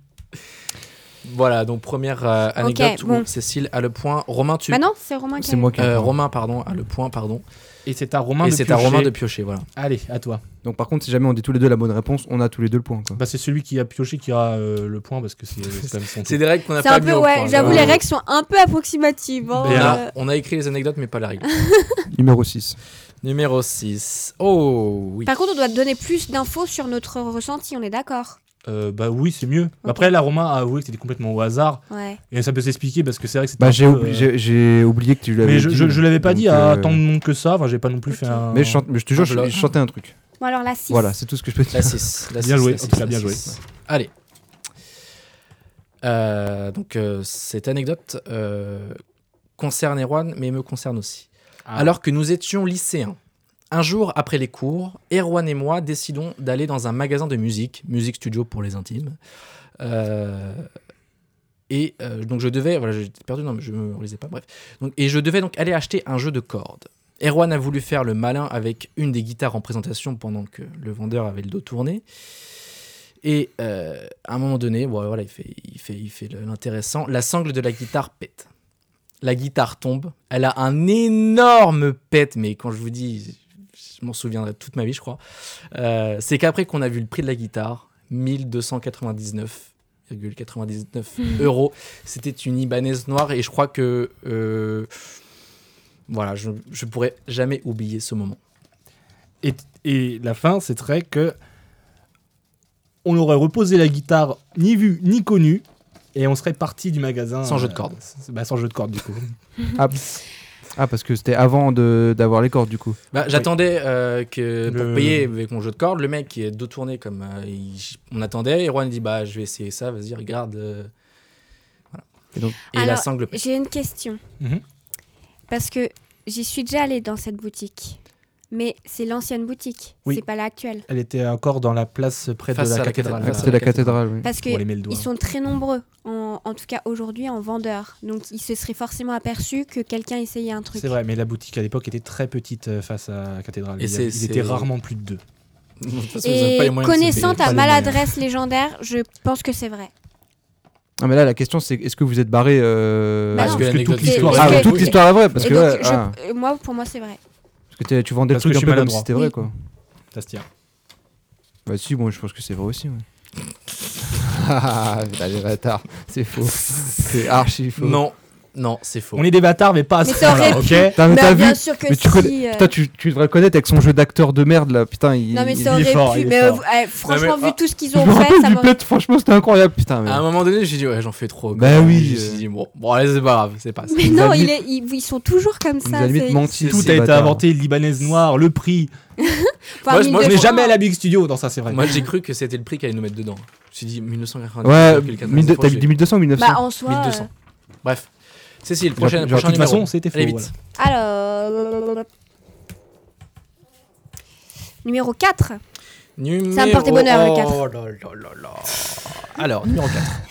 S1: Voilà, donc première euh, anecdote
S2: bon.
S1: où Cécile a le point. Romain, tu.
S2: Bah non, c'est Romain qui
S3: C'est moi qui. ai
S1: Euh,
S3: un point.
S1: Romain, pardon, a le point, pardon.
S4: Et c'est à Romain
S1: Et
S4: de
S1: c'est à
S4: piocher.
S1: Romain de piocher, voilà.
S4: Allez, à toi.
S3: Donc par contre, si jamais on dit tous les deux la bonne réponse, on a tous les deux le point. Quoi.
S4: Bah, c'est celui qui a pioché qui aura euh, le point parce que c'est c'est quand même
S1: C'est
S4: son tour.
S1: des règles qu'on n'a
S2: C'est
S1: pas
S2: un
S1: mis
S2: peu,
S1: au
S2: ouais,
S1: point,
S2: j'avoue,
S1: voilà.
S2: les règles sont un peu approximatives. hein,
S1: On
S4: Mais
S1: a,
S2: euh.
S1: on a écrit les anecdotes, mais pas la règle.
S3: Numéro 6.
S1: Numéro Oh, 6. Oh oui.
S2: Par contre, on doit donner plus d'infos sur notre ressenti, on est d'accord.
S4: euh, bah oui, c'est mieux. Après, la Roma a avoué que c'était complètement au hasard.
S2: Ouais.
S4: Et ça peut s'expliquer parce que c'est vrai que c'était.
S3: Bah,
S4: un
S3: j'ai,
S4: peu,
S3: oubli-
S4: euh,
S3: j'ai, j'ai oublié que tu l'avais
S4: Mais je,
S3: dit,
S4: je, je l'avais pas
S3: donc,
S4: dit à hein.
S3: euh,
S4: tant de monde que ça. Enfin, j'ai pas non plus fait
S2: Ok.
S4: un.
S3: Mais je, chante- mais je te jure,
S1: Ah, voilà.
S3: je, je chantais un truc.
S2: Bon, alors la 6.
S3: Voilà, c'est tout ce que je peux te dire.
S1: La 6. La
S4: Bien
S1: six,
S4: joué,
S1: la six,
S4: Opsa,
S1: la
S4: bien
S1: six.
S4: joué.
S1: Allez. Euh, donc, euh, cette anecdote euh, concerne Erwan, mais me concerne aussi.
S4: Ah.
S1: Alors que nous étions lycéens, un jour après les cours, Erwan et moi décidons d'aller dans un magasin de musique, Music Studio pour les intimes. Euh, et euh, donc, je devais. Voilà, j'étais perdu, non, mais je me relisais pas, bref. Donc, et je devais donc aller acheter un jeu de cordes. Erwan a voulu faire le malin avec une des guitares en présentation pendant que le vendeur avait le dos tourné. Et euh, à un moment donné, bon, voilà, il fait, il fait, il fait le- l'intéressant. La sangle de la guitare pète. La guitare tombe. Elle a un énorme pète, mais quand je vous dis, je m'en souviendrai toute ma vie, je crois. Euh, C'est qu'après qu'on a vu le prix de la guitare, 1299,99 euros. C'était une Ibanaise noire et je crois que euh, voilà, je, je pourrais jamais oublier ce moment.
S4: Et, et la fin, c'est très que on aurait reposé la guitare ni vue ni connue et on serait parti du magasin
S1: Sans jeu de cordes.
S4: s- bah, sans jeu de cordes du coup.
S3: Ah, ah, parce que c'était avant de, d'avoir les cordes, du coup.
S4: Ah,
S1: Bah, J'attendais euh, que
S4: Le-
S1: pour payer avec mon jeu de cordes, le mec qui est dos tourné comme euh, il- on attendait. Et Juan dit bah je vais essayer ça, vas-y regarde. euh. Voilà. Et, donc, et la
S2: Alors,
S1: sangle. pète.
S2: J'ai une question.
S4: Mhm.
S2: Parce que j'y suis déjà allée dans cette boutique. Mais c'est l'ancienne boutique.
S4: Oui.
S2: C'est pas la actuelle.
S4: Elle était encore dans la place près
S1: Face
S4: de
S1: à
S4: la
S1: la
S4: cathédrale.
S1: cathédrale.
S3: Ah,
S1: Face à
S3: c'était
S1: la
S3: la cathédrale, oui.
S2: Parce que
S4: Pour les mêler le doigt.
S2: ils sont très nombreux, en, en tout cas aujourd'hui, en vendeurs. Donc ils se seraient forcément aperçus que quelqu'un essayait un truc.
S4: C'est vrai, mais la boutique à l'époque était très petite euh, face à la cathédrale.
S1: Et
S4: Ils-
S1: c'est- Ah,
S4: ils
S1: c'est-
S4: étaient rarement plus de deux.
S1: De toute façon, ils ont
S2: Et
S1: pas les moyens de se
S2: connaissant
S1: payer.
S4: pas
S2: ta
S4: les
S2: maladresse légendaire, je pense que c'est vrai.
S3: Ah, mais là, la question, c'est est-ce que vous êtes barré euh,
S2: Bah
S1: Parce
S2: non.
S1: que
S4: Parce que
S1: l'anecdote
S4: toute l'histoire-
S1: historique-
S3: Ah,
S2: Parce que-
S3: toute l'histoire est vraie, parce
S2: Et
S3: que,
S2: donc,
S3: ouais,
S2: je-
S3: ah,
S2: euh, moi, pour moi, c'est vrai.
S3: parce que t'es- tu vendais le
S4: Parce que
S3: truc
S4: je
S3: un
S4: suis
S3: peu comme
S4: maladroit.
S3: si c'était vrai,
S2: Oui.
S3: quoi.
S4: Ça se tient.
S3: Bah si, bon, je pense que c'est vrai aussi, ouais. Ah, putain, les bâtards, c'est faux. C'est archi faux.
S1: Non, non, c'est faux.
S4: On est des bâtards, mais pas à
S2: Mais
S4: ce
S2: ça aurait
S4: point-là, ok
S3: Putain, Ah, mais
S2: Bah,
S3: t'as vu
S2: bien sûr que
S3: Mais tu
S2: si,
S3: connais-
S2: euh,
S3: Putain, tu, tu devrais le connaître avec son jeu d'acteur de merde, là. Putain, il...
S2: Non mais
S3: il-
S2: ça
S4: il
S2: aurait
S4: est fort,
S2: pu.
S4: il est
S2: Mais euh,
S4: fort.
S2: euh, franchement,
S1: Non, mais,
S2: vu tout ce qu'ils
S3: Je
S2: ont
S3: me
S2: fait, ça
S3: rappelle du
S2: m'aurait.
S3: plate, franchement, c'était incroyable, putain. mais-
S1: À un moment donné, j'ai dit Ah ouais, j'en fais trop.
S3: Bah
S1: quoi.
S3: oui,
S1: Je me suis
S3: euh.
S1: dit, bon, bon, allez, c'est pas grave, c'est pas.
S2: Mais
S3: nous
S2: non,
S3: a
S2: il
S3: limite-
S2: est- ils, ils sont toujours comme
S3: Il nous
S2: ça.
S3: a limite
S2: c'est-
S3: menti.
S4: Tout
S3: ces
S4: a été
S3: bâtards.
S4: inventé, libanaise noire, le prix.
S2: Enfin,
S1: Moi, je-
S2: mine
S1: moi,
S2: de
S4: On
S1: je
S4: n'est
S1: l'ai
S2: rien.
S4: jamais à la Big Studio dans ça, c'est vrai.
S1: Moi, j'ai cru que c'était le prix qu'allait nous mettre dedans. Je me suis dit 1990.
S3: Ouais,
S1: quelqu'un
S3: mille deux-
S1: s'approche,
S3: t'as dit 1200 ou 1900
S2: Bah en soi.
S1: 1200.
S2: euh,
S1: Bref. Cécile, prochaine,
S3: de
S1: prochain
S4: de toute
S1: numéro.
S4: façon, c'était faux.
S1: Allez vite.
S4: voilà.
S2: euh, Alors. Numéro 4.
S1: Numéro...
S2: Ça me portait bonheur, le quatre.
S1: Oh là là là là. Alors, numéro 4.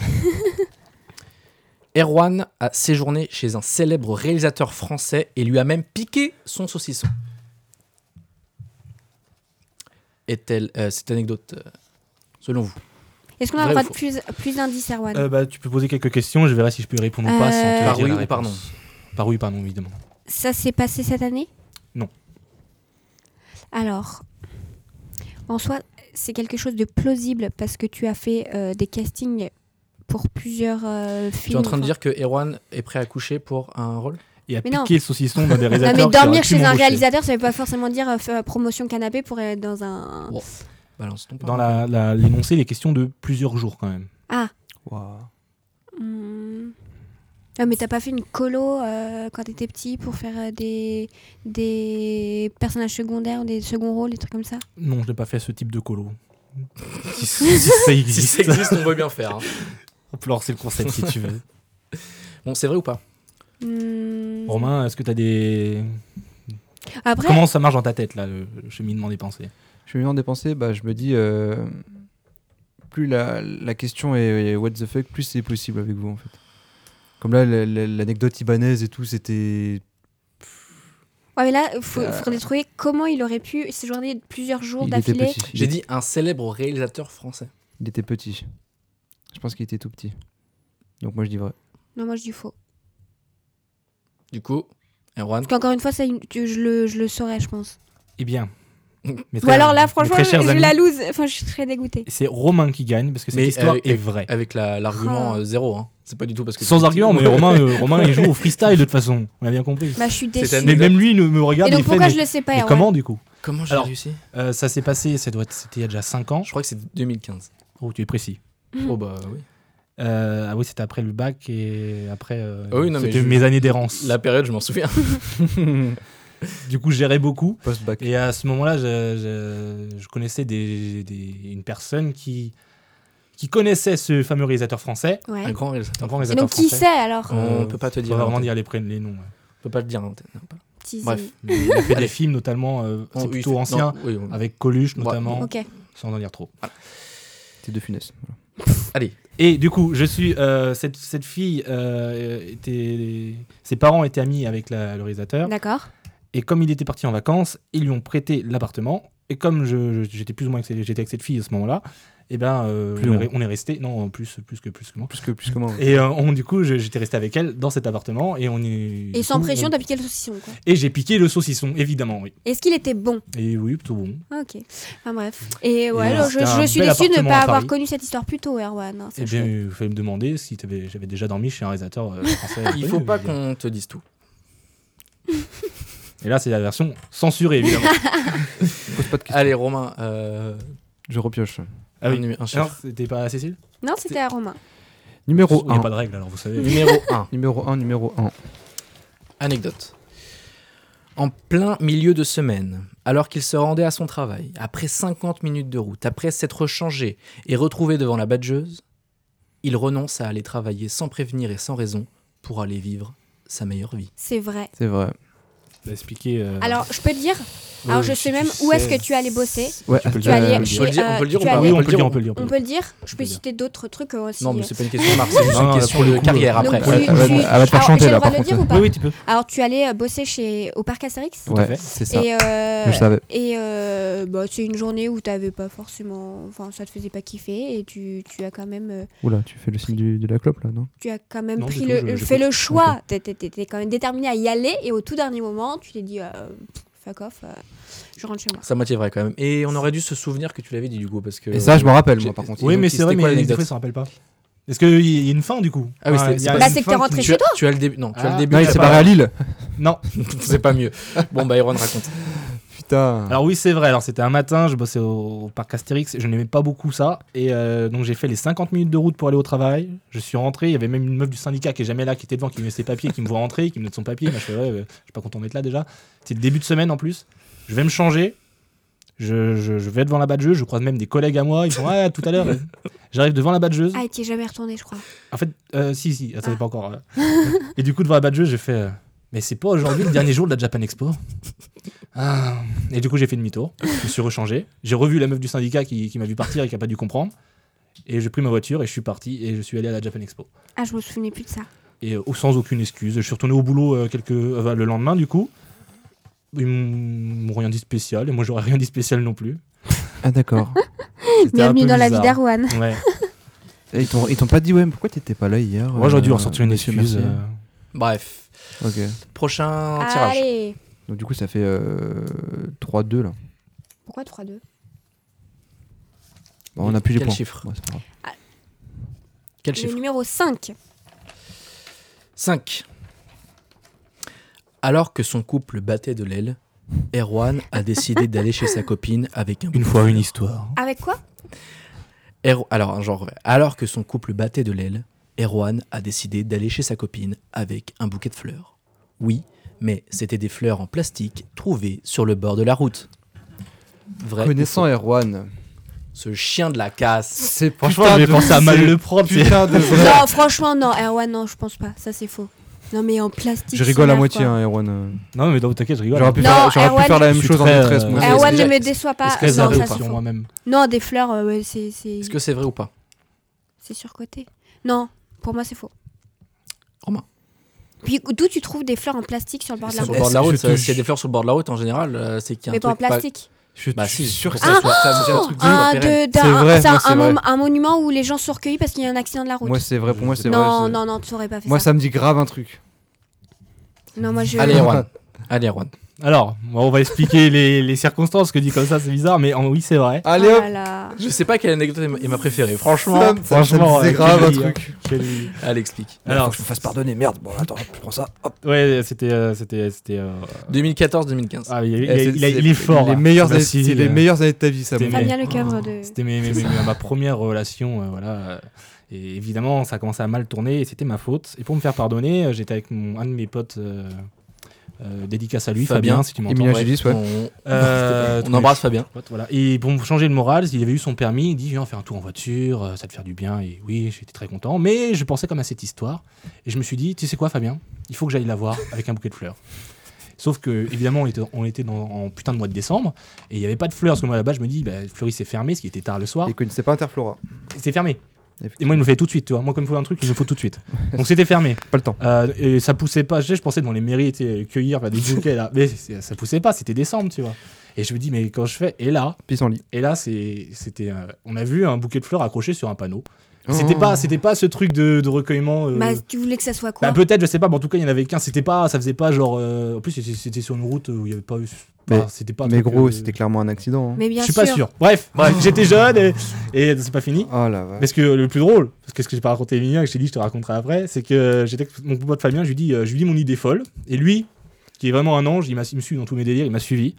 S1: Erwan a séjourné chez un célèbre réalisateur français et lui a même piqué son saucisson. Est-elle euh, cette anecdote euh, selon vous
S2: Est-ce qu'on a le
S1: Vrai
S2: droit
S1: ou
S2: de
S1: faux
S2: plus, plus d'indices, Erwan
S4: Euh, bah, tu peux poser quelques questions, je verrai si je peux y répondre ou pas. sans te
S2: Euh,
S1: Par
S4: dire
S1: oui
S4: la
S1: ou par
S4: réponse. Par oui, pardon, évidemment.
S2: Ça s'est passé cette année
S4: Non.
S2: Alors, en soi, c'est quelque chose de plausible parce que tu as fait euh, des castings pour plusieurs euh, films.
S1: Tu es en train de dire que Erwan est prêt à coucher pour un rôle
S4: Et à
S2: Mais
S4: piquer
S2: non.
S4: le saucisson dans des
S2: Non,
S4: réalisateurs.
S2: mais
S4: qui auraient
S2: dormir
S4: pu
S2: chez un
S4: m'embaucher.
S2: réalisateur, ça veut pas forcément dire euh, faire promotion canapé pour être dans un.
S1: Wow. Balance ton pain.
S4: Dans la- la- l'énoncé, il est question de plusieurs jours quand même.
S2: Ah
S3: Waouh.
S2: hmm. Ah, mais t'as pas fait une colo euh, quand t'étais petit pour faire euh, des, des personnages secondaires ou des seconds rôles, des trucs comme ça
S4: Non, je n'ai pas fait ce type de colo. si, si ça
S1: Si
S4: existe.
S1: ça existe, on veut bien faire. hein.
S4: On peut lancer le concept si tu veux.
S1: Bon, c'est vrai ou pas
S2: Hmm.
S4: Romain, est-ce que tu as des.
S2: Après,
S4: Comment ça marche dans ta tête, là, le le cheminement des pensées
S3: Je me mets en dépenser, bah, je me dis, euh, plus la, la question est, est what the fuck, plus c'est possible avec vous en fait. Comme là, la- la- l'anecdote ibanaise et tout, c'était.
S2: Ouais, mais là, il faut,
S3: Euh.
S2: faudrait trouver comment il aurait pu séjourner plusieurs jours
S3: Il était
S2: d'affilée.
S3: petit.
S1: J'ai
S3: Il-
S1: dit un célèbre réalisateur français.
S3: Il était petit. Je pense qu'il était tout petit. Donc moi je dis vrai.
S2: Non, moi je dis faux.
S1: Du coup, Erwan.
S2: Parce qu'encore une fois, ça, il- tu- je, le, je le saurais, je pense.
S4: Eh bien. mes
S2: Ou
S4: très-
S2: alors là,
S4: mes
S2: franchement,
S4: très
S2: je,
S4: chers
S2: je
S4: amis,
S2: la lose. Enfin, je suis très dégoûtée.
S4: C'est Romain qui gagne parce que cette
S1: Mais
S4: histoire
S1: avec-
S4: est vraie.
S1: Avec la- l'argument
S2: Ah.
S1: euh, zéro, hein. c'est pas du tout parce que
S4: Sans
S1: t'es
S4: argument,
S1: petit.
S4: mais Romain, euh, Romain, il joue au freestyle de toute façon. On a bien compris.
S2: Bah, je suis déçue.
S1: année-
S4: Mais même lui, il me me
S2: Et
S4: regarde et il
S2: donc
S4: fait.
S2: pourquoi je
S4: Mais
S2: le sais pas,
S4: mais
S2: Erwan
S4: comment du coup
S1: Comment j'ai
S4: Alors-
S1: réussi
S4: Euh, ça s'est passé, ça doit être- c'était il y a déjà 5 ans.
S1: Je crois que c'est 2015.
S4: Oh, tu es précis.
S2: Mhm. Hum.
S1: Oh bah oui.
S4: Euh, ah oui, c'était après le bac et après. euh,
S1: Ah oui, non, mais
S4: c'était
S1: je-
S4: mes années d'errance.
S1: La période, je m'en souviens.
S4: Du coup, je gérais beaucoup.
S3: Post-bac.
S4: Et à ce moment-là, je, je- je connaissais des, des- une personne qui, qui connaissait ce fameux réalisateur français.
S2: Ouais.
S1: Un grand réalisateur.
S4: Un grand
S2: Et
S4: réalisateur
S2: donc, qui
S4: français.
S2: sait alors
S1: On peut pas te dire.
S4: Faut vraiment
S1: on
S4: dire les, prénoms, les noms. ouais.
S1: peut pas le dire. on peut- non, pas-
S2: Teasing.
S1: Bref.
S4: Mais il a fait des films, notamment, euh,
S1: On-
S4: c'est
S1: Oh, oui,
S4: plutôt Ah,
S1: c'est- non,
S4: ancien,
S1: oui, on-
S4: avec Coluche
S1: Ouais.
S4: notamment,
S2: Ok.
S4: sans en dire trop.
S3: T'es de funeste. Voilà.
S1: Allez,
S4: Et du coup, je suis euh, cette, cette fille euh, était ses parents étaient amis avec la- le réalisateur
S2: D'accord.
S4: et comme il était parti en vacances, ils lui ont prêté l'appartement et comme je- je- j'étais plus ou moins avec, ces- j'étais avec cette fille à ce moment-là, et ben euh,
S3: Plus
S4: on,
S3: on.
S4: est, re- on est resté non plus plus que plus que moi.
S3: Plus que, plus que moi.
S4: Et euh, on, du coup, je- j'étais resté avec elle dans cet appartement et on est
S2: Et sans
S4: on-
S2: pression,
S4: on-
S2: t'as piqué le saucisson, quoi.
S4: Et j'ai piqué le saucisson évidemment oui.
S2: Est-ce qu'il était bon
S4: Et oui plutôt bon.
S2: Ah, Ok. Enfin, bref. Et ouais,
S4: Et
S2: alors, je,
S4: c'était un
S2: je suis
S4: bel
S2: déçue de ne
S4: appartement
S2: pas
S4: à
S2: avoir
S4: Paris.
S2: connu cette histoire plus tôt, Erwan. hein, c'est
S4: Eh bien,
S2: chouette.
S4: il fallait me demander si t'avais- j'avais déjà dormi chez un réalisateur euh, français.
S1: il faut pas
S4: Oui,
S1: qu'on te dise tout.
S4: Et là, c'est la version censurée, évidemment.
S3: Pose pas de questions.
S1: Allez, Romain, euh,
S3: Je repioche.
S4: ah
S1: un
S4: oui.
S1: numé- un
S4: Non,
S1: chiffre.
S4: c'était pas Cécile
S2: Non, c'était à Romain.
S3: Numéro
S4: Il n'y
S3: 1.
S4: a pas de règle, alors vous savez.
S1: Numéro 1.
S3: Numéro 1, numéro 1.
S1: Anecdote. En plein milieu de semaine, alors qu'il se rendait à son travail, après 50 minutes de route, après s'être changé et retrouvé devant la badgeuse, il renonce à aller travailler sans prévenir et sans raison pour aller vivre sa meilleure vie.
S2: C'est vrai.
S3: C'est vrai.
S4: expliquer. euh,
S2: Alors, je peux te dire
S1: Ah,
S2: Alors, je sais même où est-ce que tu allais bosser.
S3: Ouais,
S4: Tu peux le
S2: Tu
S4: Euh,
S2: allais
S4: on peut
S2: chez,
S1: le dire- on
S2: euh,
S1: peut le dire
S2: tu
S1: ou pas
S2: allais-
S4: Oui,
S1: on
S4: on
S1: peut
S4: peut le dire,
S1: on
S4: on peut le dire.
S2: On peut le dire. Je peux
S4: dire.
S2: citer d'autres trucs euh, aussi.
S1: Non, mais c'est pas une question de marque, c'est juste
S4: Non,
S1: une
S4: non,
S1: question
S4: pour le
S1: de
S4: coup,
S1: carrière
S2: Donc,
S1: après.
S2: tu-
S3: Ouais,
S2: tu-
S3: elle va- elle va te faire
S2: alors,
S3: chanter,
S2: j'ai le
S3: là,
S2: droit
S3: par
S2: de le dire
S3: contre.
S2: ou pas
S4: Oui, oui, tu peux.
S2: Alors, tu allais euh, bosser chez au parc Astérix
S4: à
S3: Ouais,
S4: fait.
S3: c'est ça.
S2: Et, euh,
S3: Je savais.
S2: et euh, bah, c'est une journée où t'avais pas forcément, enfin ça te faisait pas kiffer et tu, tu as quand même, euh,
S3: Oula, tu fais le signe du- de la clope là, non
S2: tu as quand même
S4: Non,
S2: pris
S4: du tout,
S2: le,
S4: je-
S2: le-
S4: j'écoute.
S2: fait le choix. T'es- t'es- T'étais quand même déterminé à y aller et au tout dernier moment, tu t'es dit euh, pff, fuck off, euh, je rentre chez moi.
S1: Ça moitié vrai quand même. Et on aurait dû se souvenir que tu l'avais dit du coup parce que.
S3: Et ça, je m'en rappelle,
S1: j'ai-
S3: moi, par contre.
S1: Et
S4: Oui,
S1: donc,
S4: mais
S1: c'était
S4: c'est vrai,
S1: quoi
S4: mais les
S1: l'anecdote
S4: fois, ils ne s'en rappellent pas. Est-ce qu'il y a une fin, du coup
S1: Ah oui, c'est-
S4: il y
S1: c'est
S4: a
S1: pas-
S4: une
S2: Bah, c'est que
S4: fin
S2: t'es
S4: qui-
S2: rentré
S1: tu,
S2: chez
S1: as,
S2: toi.
S1: tu as le début. Non, tu as
S4: Ah.
S1: le début.
S3: Non, il
S1: t'as
S3: s'est
S1: pas-
S3: barré à Lille.
S4: Non.
S1: c'est pas mieux. Bon, bah, Iron raconte.
S3: Putain.
S4: Alors oui, c'est vrai. Alors c'était un matin, je bossais au, au parc Astérix, je n'aimais pas beaucoup ça. Et euh, donc j'ai fait les 50 minutes de route pour aller au travail. Je suis rentré, il y avait même une meuf du syndicat qui est jamais là, qui était devant, qui me met ses papiers, qui me voit rentrer, qui me donne son papier. Moi, je fais, ouais, euh, je suis pas content d'être là déjà. C'était le début de semaine en plus. Je vais me changer. Je, je- je vais devant la badgeuse, je croise même des collègues à moi, ils font ouais, tout à l'heure. J'arrive devant la badgeuse.
S2: Ah, et t'y es jamais retourné, je crois.
S4: En fait, euh, si, si, attendez pas encore. euh. Et du coup, devant la badgeuse, j'ai fait euh, Mais c'est pas aujourd'hui le dernier jour de la Japan Expo Ah. Et du coup, j'ai fait demi-tour, je me suis rechangé. J'ai revu la meuf du syndicat qui, qui m'a vu partir et qui a pas dû comprendre. Et j'ai pris ma voiture et je suis parti et je suis allé à la Japan Expo.
S2: Ah, je me souvenais plus de ça.
S4: Et euh, sans aucune excuse. Je suis retourné au boulot euh, quelques, euh, le lendemain, du coup. Ils m'ont m'ont rien dit de spécial et moi, j'aurais rien dit de spécial non plus.
S3: Ah, d'accord.
S4: C'était un
S2: Bienvenue
S4: peu
S2: dans la vie
S4: bizarre.
S2: d'Arwan.
S4: Ouais.
S3: Et Ils t'ont ils t'ont pas dit, ouais, mais pourquoi t'étais pas là hier
S4: Moi, j'aurais dû
S3: euh,
S4: en sortir une
S3: monsieur,
S4: excuse.
S3: merci.
S4: euh,
S1: Bref.
S3: Ok.
S1: Prochain tirage.
S2: Allez,
S3: Donc, du coup, ça fait euh, 3-2 là.
S2: pourquoi 3-2
S3: Bon, on a plus les
S1: Quel
S3: points.
S1: chiffre
S3: Ouais, c'est pas grave.
S1: Quel
S2: Le
S1: chiffre
S2: numéro 5.
S1: 5. Alors que son couple battait de l'aile, Erwan a décidé d'aller chez sa copine avec un.
S4: Une fois, une histoire.
S2: Avec quoi
S1: Er- Alors, un genre. Alors que son couple battait de l'aile, Erwan a décidé d'aller chez sa copine avec un bouquet de fleurs. Oui, mais c'était des fleurs en plastique trouvées sur le bord de la route. Vrai. ou
S3: Connaissant
S1: faux
S3: Erwan.
S1: Ce chien de la casse.
S3: C'est
S4: Franchement, j'ai pensé à mal le prendre. c'est-
S3: Putain de vrai.
S2: Non, franchement, non, Erwan, non, je pense pas. Ça, c'est faux. Non, mais en plastique.
S3: Je
S2: c'est
S3: rigole à
S2: naze,
S3: moitié,
S2: quoi.
S3: hein, Erwan. euh.
S4: Non, mais dans t'inquiète, je rigole.
S3: J'aurais pu,
S2: Non,
S3: faire, j'aurais pu
S2: Erwan-
S3: faire la
S4: Je
S3: même
S4: suis
S3: chose en
S4: très,
S3: détresse.
S4: euh,
S3: moi.
S1: Ah,
S2: Erwan,
S1: Est-ce
S2: ne
S1: que-
S2: me déçois pas.
S1: est-ce qu'elles
S2: Non,
S1: arrivent
S2: ça,
S1: ou pas
S2: c'est
S4: sur
S2: faux.
S4: moi-même.
S2: Non, des fleurs, euh, ouais, c'est c'est-
S1: Est-ce que c'est vrai ou pas
S2: c'est surcoté. Non, pour moi, c'est faux.
S1: Romain.
S2: Puis d'où tu trouves des fleurs en plastique sur le bord de la
S1: Sur le
S2: route
S1: bord de la
S3: Est-ce que
S1: route, euh,
S3: je te-
S1: s'il y a des fleurs sur le bord de la route en général, euh, c'est qu'il y a un
S2: Mais pas en
S1: truc pas-
S2: plastique.
S3: Je
S1: Bah
S3: je suis
S1: si,
S3: sûr que
S2: Ah.
S1: pour
S3: ça
S1: ça
S3: soit- ça soit un truc de-
S2: Un,
S1: repéré.
S2: de- d'un-
S3: C'est vrai,
S2: c'est un,
S3: moi, c'est
S2: un
S3: vrai.
S2: mom- un monument où les gens sont recueillis parce qu'il y a un accident de la route.
S3: Moi, c'est vrai. Pour moi, c'est vrai.
S2: non,
S3: c'est-
S2: non, non, tu aurais pas fait
S3: Moi,
S2: ça.
S3: ça me dit grave un truc.
S2: Non, moi, je... Oh
S1: Allez, Erwan. Allez, Erwan.
S4: Alors, on va expliquer les, les circonstances, parce que dit comme ça, c'est bizarre, mais en- oui, c'est vrai.
S3: Allez
S2: Oh
S3: hop
S2: là là.
S1: Je sais pas quelle anecdote est ma- est ma préférée. Franchement,
S3: ça, me- ça,
S4: franchement,
S3: c'est
S4: euh,
S3: grave un
S4: quel délire.
S3: truc.
S4: Quel-
S1: elle explique.
S3: Alors,
S4: Alors,
S3: que je me fasse pardonner, merde. Bon, attends, je prends ça. Hop.
S4: ouais, c'était. euh, c'était, c'était euh,
S1: 2014-2015.
S4: Ah, il, il-
S1: Eh, c'est-
S4: il- il- il- il
S1: c'est
S4: est fort.
S3: Les
S4: hein.
S3: meilleures années,
S4: Merci,
S3: c'est
S4: euh,
S3: les meilleures années de ta vie, ça.
S4: c'était
S3: mon
S4: mes-
S3: gars.
S2: Fabien Lecœuvre de.
S4: C'était mes- mes- mes- ma première relation, euh, voilà. euh, Et évidemment, ça a commencé à mal tourner et c'était ma faute. Et pour me faire pardonner, euh, j'étais avec mon, un de mes potes, euh, euh, dédicace à lui,
S1: Fabien,
S4: Fabien, si tu
S3: il
S4: m'entends.
S3: me Gilles, ouais.
S1: On,
S4: Euh,
S1: on embrasse Fabien.
S4: Pote, Voilà. Et pour me changer le moral, il avait eu son permis, il dit Viens, on fait un tour en voiture, euh, ça te faire du bien. Et oui, j'étais très content. Mais je pensais comme à cette histoire. Et je me suis dit Tu sais quoi, Fabien Il faut que j'aille la voir avec un bouquet de fleurs. Sauf que, évidemment, on était, on était dans, en putain de mois de décembre et il n'y avait pas de fleurs. Parce que moi, là-bas, je me dis bah, Fleury, c'est fermé, ce qui était tard le soir.
S3: Et que c'est pas Interflora.
S4: C'est fermé. Et
S3: Effectivement.
S4: moi, il me fait tout de suite, tu vois. Moi, comme il faut un truc, il me faut tout de suite. Donc, c'était fermé.
S3: Pas le temps.
S4: Euh, et ça poussait pas. Je, sais, je pensais dans les mairies, était cueillir bah, des bouquets là. Mais c'est- ça poussait pas, c'était décembre, tu vois. Et je me dis, mais quand je fais. Et là,
S3: Pisse en lit.
S4: et là, c'est- c'était, euh, on a vu un bouquet de fleurs accroché sur un panneau.
S3: Oh.
S4: C'était pas, c'était pas ce truc de, de recueillement. euh,
S2: Bah, tu voulais que ça soit quoi
S4: bah, peut-être, je sais pas, mais en tout cas, il y en avait qu'un. C'était pas, ça faisait pas genre. euh, en plus, c'était- c'était sur une route où il y avait pas eu.
S3: Mais-
S4: ah, c'était pas. un
S3: Mais
S4: truc,
S3: gros,
S4: euh,
S3: c'était clairement un accident. hein.
S2: Mais bien
S4: Je suis pas sûr. Bref, j'étais jeune et, et c'est pas fini.
S3: Oh la vache.
S4: Parce que le plus drôle, parce que ce que j'ai pas raconté à Emilien, que je t'ai dit, je te raconterai après, c'est que j'étais avec mon pote Fabien, je lui dis, euh, je lui dis mon idée folle, et lui, qui est vraiment un ange, il, m'a, il me suit dans tous mes délires, il m'a suivi.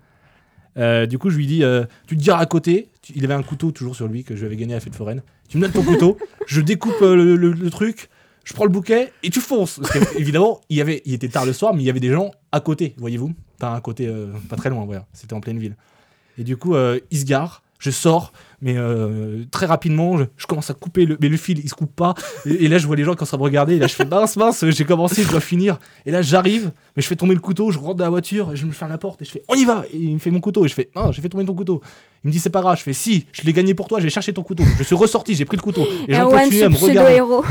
S4: Euh, du coup, je lui dis, euh, tu te gares à côté. Tu- il avait un couteau toujours sur lui que je lui avais gagné à la fête foraine. Tu me donnes ton couteau, je découpe euh, le, le- le truc, je prends le bouquet et tu fonces. Parce que, évidemment, il, y avait, il était tard le soir, mais il y avait des gens à côté, voyez-vous. Enfin, à côté, euh, pas très loin, voilà. C'était en pleine ville. Et du coup, euh, il se gare, je sors, mais euh, très rapidement, je, je commence à couper, le, mais le fil, il se coupe pas. Et, et là, je vois les gens qui commencent à me regarder. Et là, je fais mince, mince, j'ai commencé, je dois finir. Et là, j'arrive, mais je fais tomber le couteau, je rentre dans la voiture, et je me ferme la porte, et je fais on y va. Et il me fait mon couteau, et je fais non, j'ai fait tomber ton couteau. Il me dit c'est pas grave, je fais si, je l'ai gagné pour toi, j'ai cherché ton couteau. Je suis ressorti, j'ai pris le couteau. Et les gens
S2: Erwan,
S4: continuaient à
S2: ce
S4: me regarder.
S2: Ah pseudo-héros.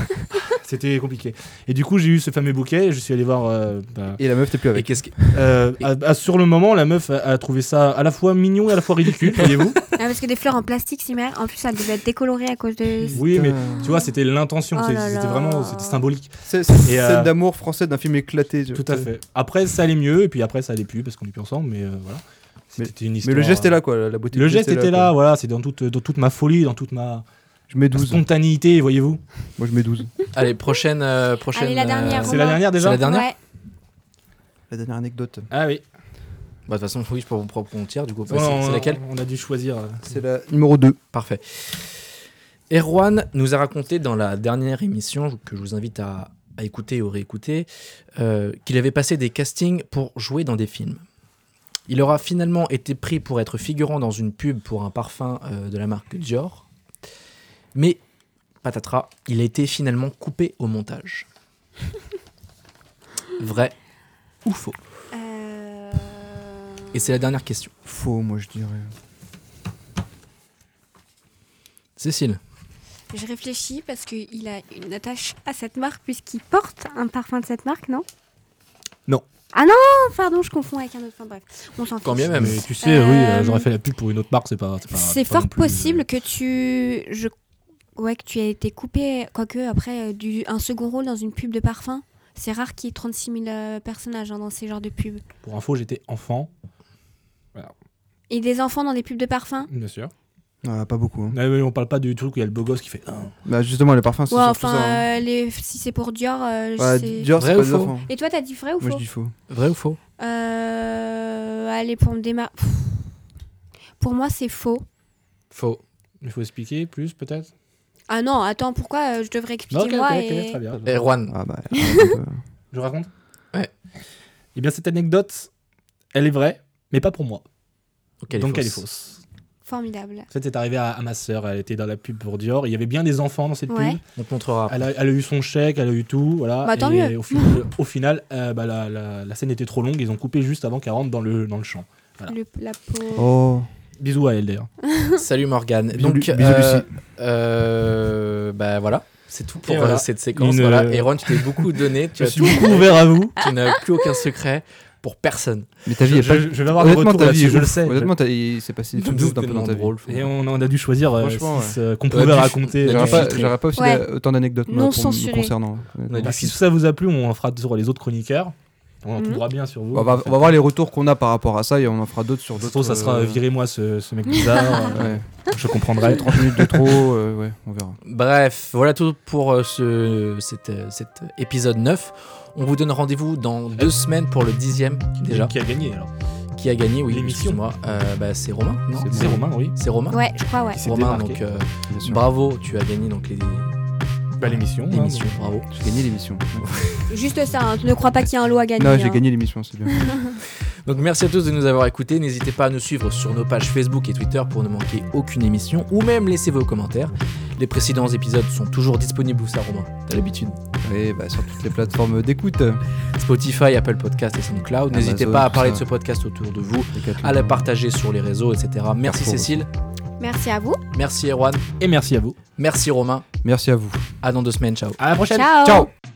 S4: C'était compliqué. Et du coup, j'ai eu ce fameux bouquet, et je suis allé voir. euh, bah,
S3: Et la meuf, t'es plus
S1: Et
S3: avec.
S1: qu'est-ce que-
S4: euh, à- à- sur le moment, la meuf a, a trouvé ça à la fois mignon et à la fois ridicule, voyez-vous.
S2: Ah, parce que des fleurs en plastique, c'est mer- En plus, ça devait être décoloré à cause de.
S4: Oui, mais
S3: Putain.
S4: tu vois, c'était l'intention,
S2: Oh
S4: c'est-
S2: là
S4: c'était
S2: là.
S4: vraiment, c'était symbolique.
S3: C'est c'est une
S4: Et,
S3: scène
S4: euh,
S3: d'amour français d'un film éclaté. je-
S4: Tout à fait. Après, ça allait mieux, et puis après, ça allait plus parce qu'on est plus ensemble, mais euh, voilà. C'était une
S3: Mais
S4: histoire. euh,
S3: le geste est là, quoi. La beauté
S4: Le
S3: du
S4: geste était là,
S3: quoi.
S4: voilà, c'est dans toute, dans toute ma folie, dans toute ma,
S3: Je mets
S4: ma
S3: 12.
S4: spontanéité, voyez-vous.
S3: Moi, je mets 12.
S1: Allez, prochaine. euh, prochaine
S2: Allez, la
S1: euh,
S2: dernière,
S4: C'est
S2: Romain.
S4: la dernière déjà
S1: C'est la dernière
S2: Ouais.
S3: La dernière anecdote.
S4: Ah oui.
S1: Bah, De toute façon, oui, je peux vous propre entière. Du coup, bah,
S4: Ouais,
S1: c'est
S4: on-
S1: c'est laquelle
S4: On a dû choisir. euh,
S3: C'est la numéro 2.
S1: Parfait. Erwan nous a raconté dans la dernière émission, que je vous invite à, à écouter et réécouter, euh, qu'il avait passé des castings pour jouer dans des films. Il aura finalement été pris pour être figurant dans une pub pour un parfum euh, de la marque Dior. Mais, patatras, il a été finalement coupé au montage. Vrai ou faux
S2: Euh,
S1: Et c'est la dernière question.
S3: Faux, moi, je dirais.
S1: Cécile,
S2: Je réfléchis parce qu'il a une attache à cette marque puisqu'il porte un parfum de cette marque, non
S4: Non.
S2: Ah non, pardon, je confonds avec un autre. Enfin bref, on s'en
S1: quand
S2: fiche.
S1: bien même.
S4: Mais tu sais, oui, euh,
S2: Euh,
S4: j'aurais fait la pub pour une autre marque, c'est pas. pas-
S2: C'est
S4: pas non
S2: fort
S4: plus, euh,
S2: possible que tu. Je... Ouais, que tu aies été coupé, quoique après euh, du... un second rôle dans une pub de parfum. C'est rare qu'il y ait 36 000 euh, personnages hein, dans ces genres de pubs.
S4: Pour info, j'étais enfant,
S2: Et des enfants dans des pubs de parfum
S4: bien sûr.
S3: Ah, pas beaucoup. hein.
S4: Ah, mais on parle pas du truc où il y a le beau gosse qui fait. Ah.
S3: Bah, justement, les parfums, c'est
S2: Ouais,
S3: surtout
S2: enfin,
S3: ça. hein.
S2: euh, les... si c'est pour Dior, euh,
S3: Ouais,
S2: c'est-
S3: Dior,
S1: Vrai
S3: c'est pas
S1: ou
S3: des
S1: faux
S3: enfants.
S2: Et toi, t'as dit vrai ou faux
S3: Moi, je dis faux.
S1: vrai ou faux
S2: Euh, allez, pour me démarrer. Pour moi, c'est faux.
S1: Faux.
S4: Il faut expliquer plus, peut-être
S2: Ah non, attends, pourquoi euh, je devrais expliquer
S4: Non, ok,
S2: moi
S4: ok,
S2: et...
S4: ok, très bien.
S1: Erwan,
S3: Ah, bah.
S4: Je raconte
S1: Ouais.
S4: Eh bien, cette anecdote, elle est vraie, mais pas pour moi.
S1: ok, elle est
S4: Donc, elle est
S1: fausse.
S4: fausse.
S2: Formidable.
S4: En fait, c'est arrivé à, à ma sœur. Elle était dans la pub pour Dior. Il y avait bien des enfants dans cette
S2: Ouais.
S4: pub.
S1: On te montrera.
S4: Elle a, elle a eu son chèque, elle a eu tout. Voilà.
S2: Bah, tant
S4: et
S2: mieux.
S4: Au, final- au final, euh, bah, la, la- la scène était trop longue. Ils ont coupé juste avant qu'elle rentre dans le, dans le champ. Voilà.
S2: Le- la peau.
S3: Oh.
S4: Bisous à elle, d'ailleurs.
S1: Salut Morgane.
S3: Bisous,
S1: Donc,
S3: Lu- bisous,
S1: euh,
S3: Lucie.
S1: euh, bah voilà, c'est tout pour
S4: Et voilà.
S1: euh, cette séquence.
S4: Une,
S1: Voilà,
S4: euh,
S1: Aaron, tu t'es beaucoup donné, tu
S4: Je
S1: as
S4: suis
S1: tout
S4: beaucoup ouvert à vous.
S1: tu n'as plus aucun secret pour personne.
S3: Mais ta vie
S4: Je,
S3: est pas.
S4: je- je vais avoir des retours
S3: ta vie
S4: là-dessus,
S3: est
S4: je le
S3: ouf.
S4: sais.
S3: Honnêtement, t'as- il s'est passé des trucs de ouf
S1: C'est
S3: un peu dans ta
S1: tellement drôle.
S3: vie.
S4: Et on, on a dû choisir euh,
S3: Franchement,
S4: six, euh, qu'on pouvait
S1: dû-
S4: raconter.
S1: on a
S4: euh,
S3: J'aurais
S1: dû
S4: filtrer.
S3: pas,
S1: filtrer.
S3: j'aurais pas aussi
S2: Ouais.
S3: euh, autant d'anecdotes
S2: Non
S3: moi, pour me
S2: censurées.
S3: concernant. Bah,
S1: On a dû
S4: Si ça vous a plu, on en fera sur les autres chroniqueurs. On en
S2: Mhm.
S4: trouvera bien sur vous.
S3: on, va, on va voir les retours qu'on a par rapport à ça et on en fera d'autres sur
S4: Ça se
S3: d'autres.
S4: trouve, ça sera
S3: Bah, euh,
S4: euh, virez-moi ce, ce mec bizarre. euh,
S3: ouais.
S4: je comprendrai.
S3: 30 minutes de trop, euh, ouais, on verra.
S1: Bref, voilà tout pour euh, ce, cet, euh, cet épisode 9. On vous donne rendez-vous dans deux semaines pour le dixième déjà.
S4: Qui a gagné alors
S1: Qui a gagné Oui,
S4: L'émission.
S1: excuse-moi. Euh, bah, c'est Romain, non
S3: C'est
S4: C'est Romain, oui.
S1: C'est
S3: Oh.
S1: Romain
S2: Ouais, je crois, ouais.
S4: Il s'est
S1: Romain,
S4: démarqué.
S1: donc euh,
S3: Bien sûr.
S1: bravo, tu as gagné donc les,
S4: Bah, l'émission. hein,
S1: l'émission,
S4: donc.
S1: bravo.
S3: J'ai gagné l'émission.
S2: Juste ça, hein, ne crois pas qu'il y a un lot à gagner.
S3: Non, j'ai
S2: hein.
S3: gagné l'émission, c'est bien.
S1: Donc merci à tous de nous avoir écoutés. N'hésitez pas à nous suivre sur nos pages Facebook et Twitter pour ne manquer aucune émission ou même laissez vos commentaires. Les précédents épisodes sont toujours disponibles, où ça Romain T'as l'habitude
S3: Et bah, sur toutes les plateformes d'écoute.
S1: Spotify, Apple Podcast et SoundCloud. N'hésitez
S3: Amazon,
S1: pas à
S3: tout
S1: parler
S3: ça.
S1: de ce podcast autour de vous,
S3: les quatre-
S1: à la partager sur les réseaux, etc. Merci
S3: Carrefour.
S1: Cécile,
S2: hein. Merci à vous.
S1: merci Erwan,
S4: Et merci à vous.
S1: merci Romain.
S3: Merci à vous.
S1: À dans deux semaines, ciao.
S4: À la prochaine.
S2: Ciao.
S3: Ciao